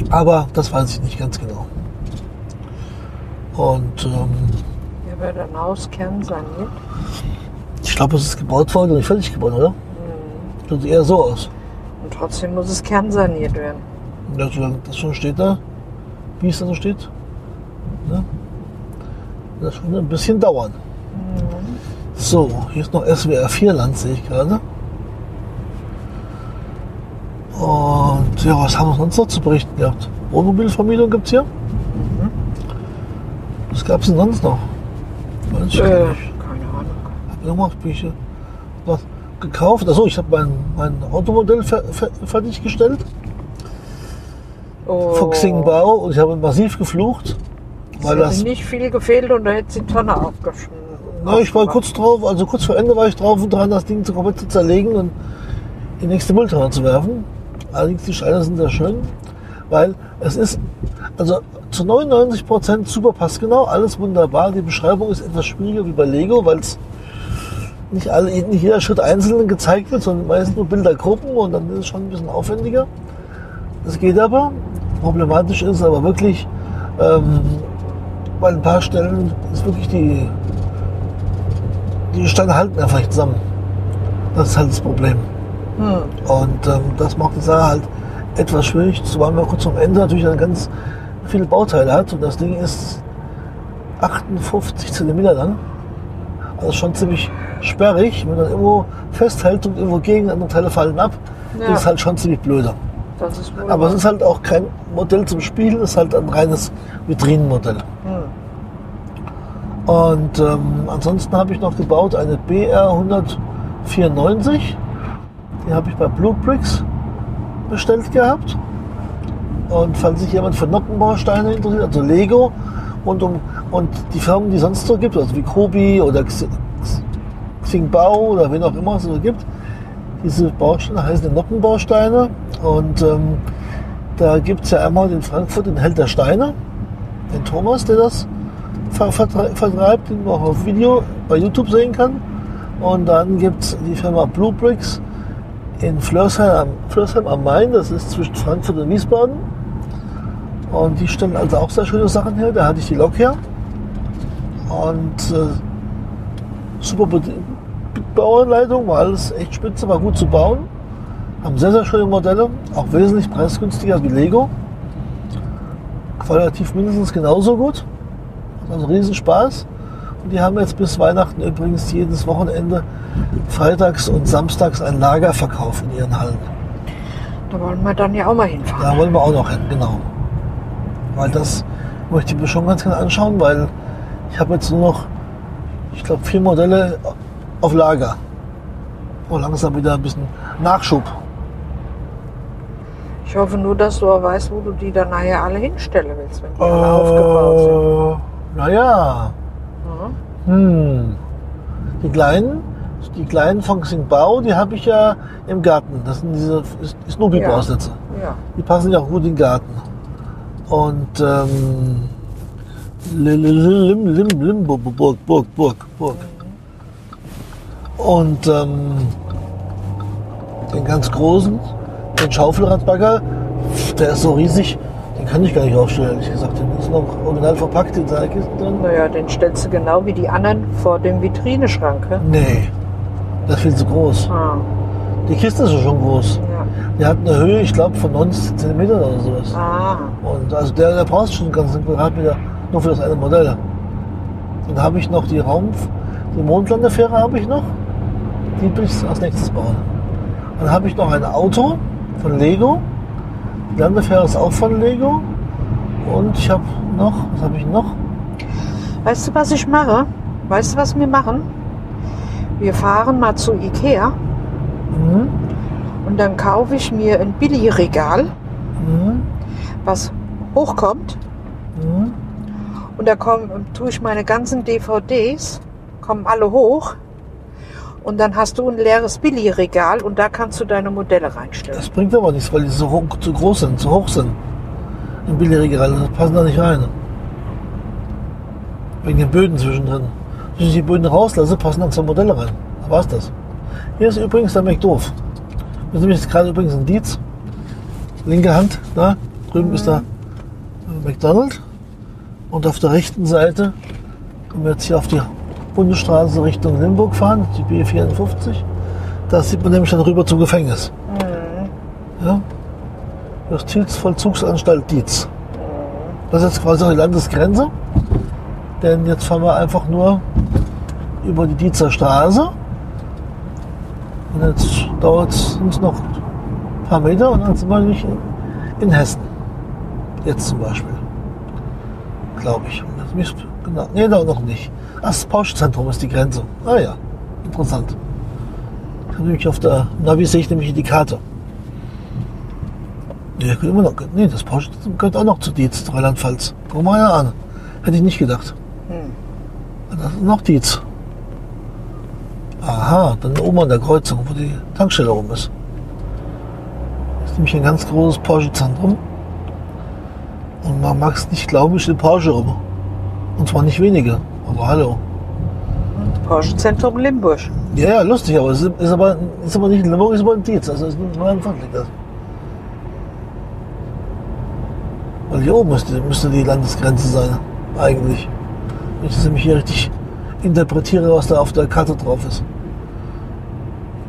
A: Aber das weiß ich nicht ganz genau. Und ähm,
B: Ja, aber dann Hauskern saniert.
A: ich glaube, es ist gebaut worden und nicht fertig gebaut, oder? Sieht eher so aus.
B: Und trotzdem muss es kernsaniert werden.
A: Ja, solange das schon steht da, wie es da so steht, ne? das wird ein bisschen dauern. So, hier ist noch SWR 4 Land, sehe ich gerade. Und ja, was haben wir sonst noch zu berichten gehabt? Wohnmobilvermietung gibt es hier? Was gab es denn sonst noch? Weiß ich gar
B: Äh,
A: nicht.
B: keine Ahnung.
A: Hab irgendwas bin ich, äh, was gekauft. Achso, ich habe mein, mein Automodell fer fer fertiggestellt.
B: Oh.
A: Fuchsing Bau und ich habe massiv geflucht, weil
B: Es
A: das,
B: hätte nicht viel gefehlt und da hätte sie die Tonne aufgeschnitten.
A: na, Ne, ich war kurz drauf, also kurz vor Ende war ich drauf und dran, das Ding zu komplett zu zerlegen und in die nächste Mülltonne zu werfen. Allerdings die Steine sind sehr schön, weil es ist, also zu 99 Prozent super passgenau, alles wunderbar. Die Beschreibung ist etwas schwieriger wie bei Lego, weil es nicht, alle, nicht jeder Schritt einzeln gezeigt wird, sondern meist nur Bildergruppen und dann ist es schon ein bisschen aufwendiger. Das geht aber. Problematisch ist aber wirklich, ähm, bei ein paar Stellen ist wirklich die, die Steine halten einfach nicht zusammen. Das ist halt das Problem.
B: Hm.
A: Und ähm, das macht die Sache halt etwas schwierig, zumal man kurz am Ende natürlich dann ganz viele Bauteile hat. Und das Ding ist 58 cm lang. Also schon ziemlich sperrig. Wenn man irgendwo festhält und irgendwo gegen andere Teile fallen ab,
B: Ja.
A: ist halt schon ziemlich blöde.
B: Das ist wohl
A: Aber es
B: wahr.
A: ist halt auch kein Modell zum Spielen, es ist halt ein reines Vitrinenmodell.
B: Hm.
A: Und ähm, ansonsten habe ich noch gebaut eine BR 194. Die habe ich bei Bluebricks bestellt gehabt. Und falls sich jemand für Noppenbausteine interessiert, also Lego und, um, und die Firmen, die es sonst so gibt, also wie Kobi oder Xi- X- Xingbao oder wen auch immer es so gibt, diese Bausteine heißen Noppenbausteine. Und ähm, da gibt es ja einmal in Frankfurt den Held der Steine, den Thomas, der das ver- vertre- vertreibt, den man auch auf Video bei YouTube sehen kann. Und dann gibt es die Firma Blue Bricks in Flörsheim, am- Flörsheim am Main, das ist zwischen Frankfurt und Wiesbaden. Und die stellen also auch sehr schöne Sachen her, da hatte ich die Lok her. Und äh, super Be- Bauanleitung, war alles echt spitze, war gut zu bauen. Haben sehr, sehr schöne Modelle, auch wesentlich preisgünstiger wie Lego. Qualitativ mindestens genauso gut. Also Riesenspaß. Und die haben jetzt bis Weihnachten übrigens jedes Wochenende freitags und samstags einen Lagerverkauf in ihren Hallen.
B: Da wollen wir dann ja auch mal hinfahren.
A: Da wollen wir auch noch hin, genau. Weil das möchte ich mir schon ganz gerne anschauen, weil ich habe jetzt nur noch, ich glaube, vier Modelle auf Lager. Und langsam wieder ein bisschen Nachschub.
B: Ich hoffe nur, dass du auch weißt, wo du die dann nachher alle hinstellen willst, wenn die alle aufgebaut
A: Äh, naja.
B: sind. Mhm.
A: Hm. Die kleinen, die kleinen von Xingbao, die habe ich ja im Garten. Das sind diese Snoopy-Bausätze.
B: Ja.
A: Die passen ja auch gut in den Garten. Und ähm, Lim, Lim, Lim, Lim, Burg, Burg, Burg, Burg. Burg. Und ähm, den ganz großen, den Schaufelradbagger, der ist so riesig, den kann ich gar nicht aufstellen, ehrlich gesagt. Den ist noch original verpackt in seiner Kiste drin.
B: Naja, den stellst du genau wie die anderen vor dem Vitrineschrank. hä?
A: Nee, das ist viel zu groß.
B: Ah,
A: Die Kiste ist ja schon groß.
B: ja.
A: Die hat eine Höhe, ich glaube, von 90 cm oder sowas.
B: Ah,
A: Und also der, der brauchst schon ganz einen Quadratmeter nur für das eine Modell. Dann habe ich noch die Raum, die Mondlandefähre habe ich noch. Die will ich als nächstes bauen. Dann habe ich noch ein Auto von Lego. Die Landefähre ist auch von Lego. Und ich habe noch, was habe ich noch?
B: Weißt du, was ich mache? Weißt du, was wir machen? Wir fahren mal zu Ikea
A: Mhm.
B: und dann kaufe ich mir ein Billigregal,
A: Mhm.
B: was hochkommt.
A: Mhm.
B: Und da komm, tue ich meine ganzen DVDs, kommen alle hoch. Und dann hast du ein leeres Billigregal und da kannst du deine Modelle reinstellen.
A: Das bringt aber nichts, weil die so hoch, zu groß sind, zu hoch sind. Im Billigregal, das passen da nicht rein. Wegen den Böden zwischendrin. Wenn ich die Böden rauslasse, passen dann zwei Modelle rein. Da war's das. Hier ist übrigens der McDoof. Wir sind jetzt gerade übrigens in Dietz. Linke Hand, da drüben ist der McDonald's. Und auf der rechten Seite, wenn wir jetzt hier auf die Bundesstraße Richtung Limburg fahren, die B54, da sieht man nämlich dann rüber zum Gefängnis. Ja? Justizvollzugsanstalt Dietz. Das ist jetzt quasi auch die Landesgrenze. Denn jetzt fahren wir einfach nur über die Dietzer Straße. Und jetzt dauert es uns noch ein paar Meter und dann sind wir nicht in, in Hessen. Jetzt zum Beispiel. Glaube ich. Und Das müsst, genau. Nee, da noch nicht. Ach, das Pauschzentrum ist die Grenze. Ah ja, interessant. Ich habe nämlich auf der Navi sehe ich nämlich die Karte. Nee, könnte immer noch, nee das Pauschzentrum gehört auch noch zu Dietz, Rheinland-Pfalz. Guck mal einer an. Hätte ich nicht gedacht.
B: Hm.
A: Und Das ist noch Dietz. Aha, dann oben an der Kreuzung, wo die Tankstelle rum ist. Das ist nämlich ein ganz großes Porsche-Zentrum. Und man mag es nicht glauben, ich stehe Porsche rum. Und zwar nicht wenige. Aber hallo.
B: Porsche Zentrum Limburg.
A: Ja, ja, lustig, aber es ist, ist, aber, ist aber nicht in Limburg, ist aber in Dietz. Also ist in Rheinland-Pfalz liegt das. Weil Also hier oben müsste, müsste die Landesgrenze sein, eigentlich. Wenn ich das nämlich hier richtig interpretiere, was da auf der Karte drauf ist.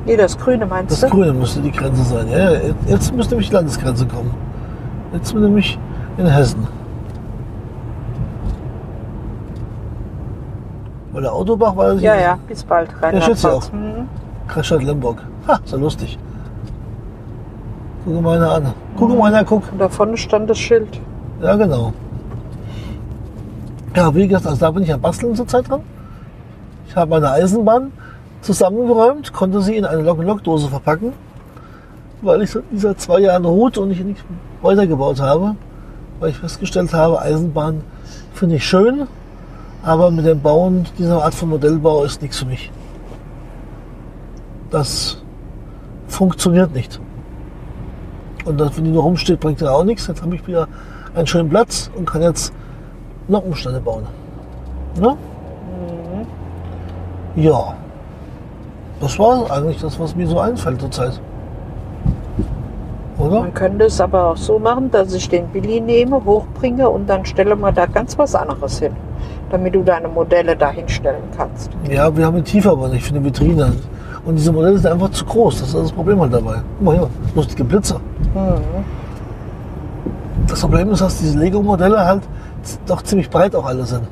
B: Nee, das Grüne meinst
A: Das
B: du?
A: Grüne müsste die Grenze sein. Ja, ja, jetzt müsste nämlich die Landesgrenze kommen. Jetzt sind wir nämlich in Hessen. Weil der Autobach war
B: Ja, ja, bis bald.
A: schätze
B: Rheinland-Pfalz.
A: auch.
B: Hm.
A: Kreisstadt Lemberg. Ha, ist ja lustig. Guck mal einer an. Guck mal einer, guck.
B: Und da vorne stand das Schild.
A: Ja, genau. Ja, wie gesagt, also da bin ich am Basteln zurzeit dran. Ich habe meine Eisenbahn zusammengeräumt, konnte sie in eine Lock-in-Lock-Dose verpacken, weil ich dieser zwei Jahren ruht und ich nicht weitergebaut habe, weil ich festgestellt habe, Eisenbahn finde ich schön, aber mit dem Bauen dieser Art von Modellbau ist nichts für mich. Das funktioniert nicht. Und das, wenn die nur rumsteht, bringt ja auch nichts. Jetzt habe ich wieder einen schönen Platz und kann jetzt noch Umstände bauen. Ne? Ja. Das war eigentlich das, was mir so einfällt zurzeit. Oder?
B: Man könnte es aber auch so machen, dass ich den Billy nehme, hochbringe und dann stelle mal da ganz was anderes hin, damit du deine Modelle da hinstellen kannst.
A: Ja, wir haben eine Tiefe aber nicht für eine Vitrine. Und diese Modelle sind einfach zu groß. Das ist das Problem halt dabei. Guck mal hier, lustige Blitzer. Das Problem ist, dass diese Lego-Modelle halt z- doch ziemlich breit auch alle sind.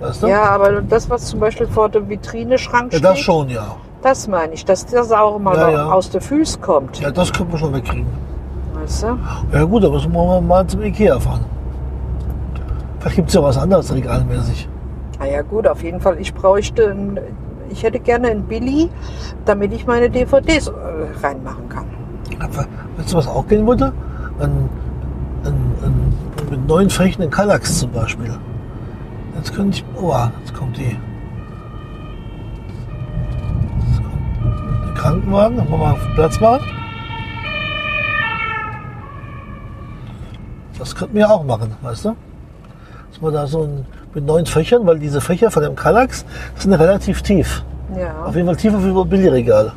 A: Weißt du?
B: Ja, aber das, was zum Beispiel vor dem Vitrineschrank
A: ja
B: steht,
A: das schon, ja.
B: das meine ich, dass das auch mal
A: Ja, ja.
B: aus den Füßen kommt.
A: Ja, das können wir schon wegkriegen.
B: Weißt du?
A: Ja gut, da müssen wir mal zum Ikea fahren. Vielleicht gibt es ja was anderes regalmäßig.
B: Na Ah ja, gut, auf jeden Fall. Ich bräuchte, ein, ich hätte gerne einen Billy, damit ich meine DVDs äh, reinmachen kann.
A: Aber Weißt du, was auch gehen würde? Ein, ein, ein, mit neuen Flächen in Kallax zum Beispiel. Jetzt könnte ich... Oh, jetzt kommt die... Jetzt kommt der Krankenwagen. Dann wollen wir mal Platz machen. Das könnten wir auch machen, weißt du? Dass man da so ein, mit neuen Fächern, weil diese Fächer von dem Kallax sind relativ tief.
B: Ja.
A: Auf jeden Fall tiefer wie über Billigregal.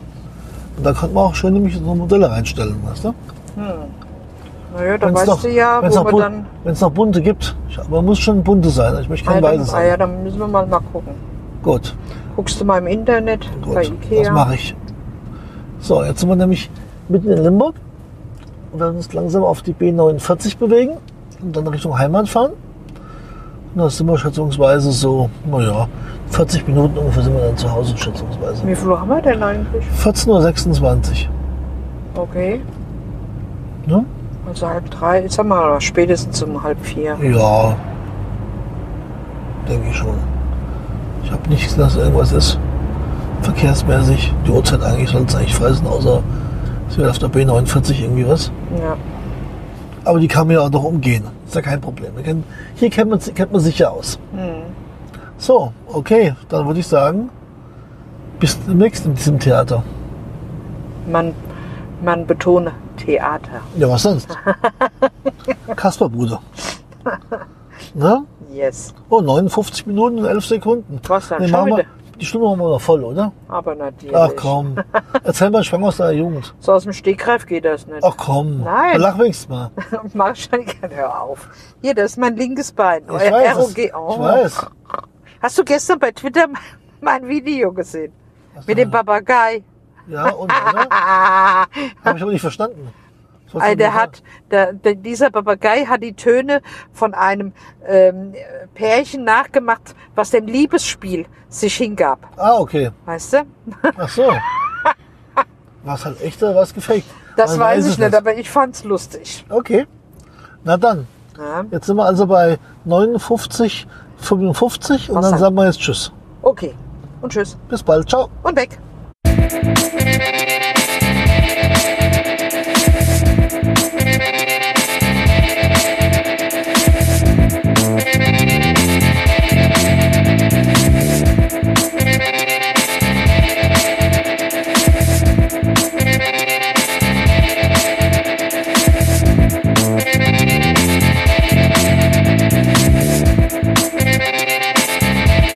A: Und da konnte man auch schön nämlich so Modelle reinstellen, weißt du?
B: Naja, da
A: Wenn's
B: weißt
A: noch-
B: du ja,
A: wenn's
B: wo
A: noch
B: wir
A: bu-
B: dann.
A: wenn's noch bunte gibt. Ich, man muss schon bunte sein. Ich möchte
B: Ah,
A: kein
B: dann,
A: weißes
B: ah,
A: haben.
B: ja, dann müssen wir mal, mal gucken.
A: Gut,
B: Guckst du mal im Internet
A: gut.
B: bei
A: Das
B: Ikea?
A: mache ich. So, jetzt sind wir nämlich mitten in Limburg und werden uns langsam auf die B49 bewegen und dann Richtung Heimat fahren. Und da sind wir schätzungsweise so, naja, 40 Minuten ungefähr sind wir dann zu Hause schätzungsweise.
B: Wie viel Uhr haben wir denn eigentlich?
A: 14.26
B: Okay,
A: Uhr. Ne?
B: also halb drei, ich sag mal spätestens um halb vier.
A: Ja, denke ich schon. Ich habe nicht gesehen, dass irgendwas ist. Verkehrsmäßig. Die Uhrzeit eigentlich soll es eigentlich frei sein, außer es wird auf der B49 irgendwie was.
B: Ja.
A: Aber die kann man ja auch noch umgehen. Ist ja kein Problem. Wir kennen- hier kennt man, kennt man sich ja aus.
B: Hm.
A: So, okay, dann würde ich sagen, Bis demnächst in diesem Theater.
B: Man, man betone Theater.
A: Ja, was sonst? Kasperbruder. Ne? Na?
B: Yes.
A: Oh, 59 Minuten und 11 Sekunden.
B: Was dann
A: Nee,
B: schon
A: machen wir,
B: wieder?
A: die Stunde machen wir noch voll, oder?
B: Aber natürlich.
A: Ach komm. Erzähl mal Schwang aus deiner Jugend.
B: So aus dem Stegreif geht das nicht.
A: Ach komm.
B: Nein.
A: Lach wenigstens mal.
B: Mach schon, hör auf. Hier, das ist mein linkes Bein.
A: Ich weiß.
B: ROG.
A: das- Ich weiß.
B: Hast du gestern bei Twitter mein Video gesehen? Mit
A: Ah.
B: dem Papagei.
A: Ja, und, oder?
B: Ah,
A: Habe ich aber nicht verstanden. Das war
B: Äh,
A: von
B: der
A: mir-
B: hat, der, der, dieser Papagei hat die Töne von einem ähm, Pärchen nachgemacht, was dem Liebesspiel sich hingab.
A: Ah, okay.
B: Weißt du?
A: Ach so. Was halt echter, was gefaked?
B: Das
A: Man
B: weiß
A: es
B: ich nicht, aber ich fand's lustig.
A: Okay. Na dann.
B: Ja.
A: Jetzt sind wir also bei 59, 55 und
B: Was
A: dann
B: sagt-
A: sagen wir jetzt Tschüss.
B: Okay. Und tschüss.
A: Bis bald. Ciao.
B: Und weg.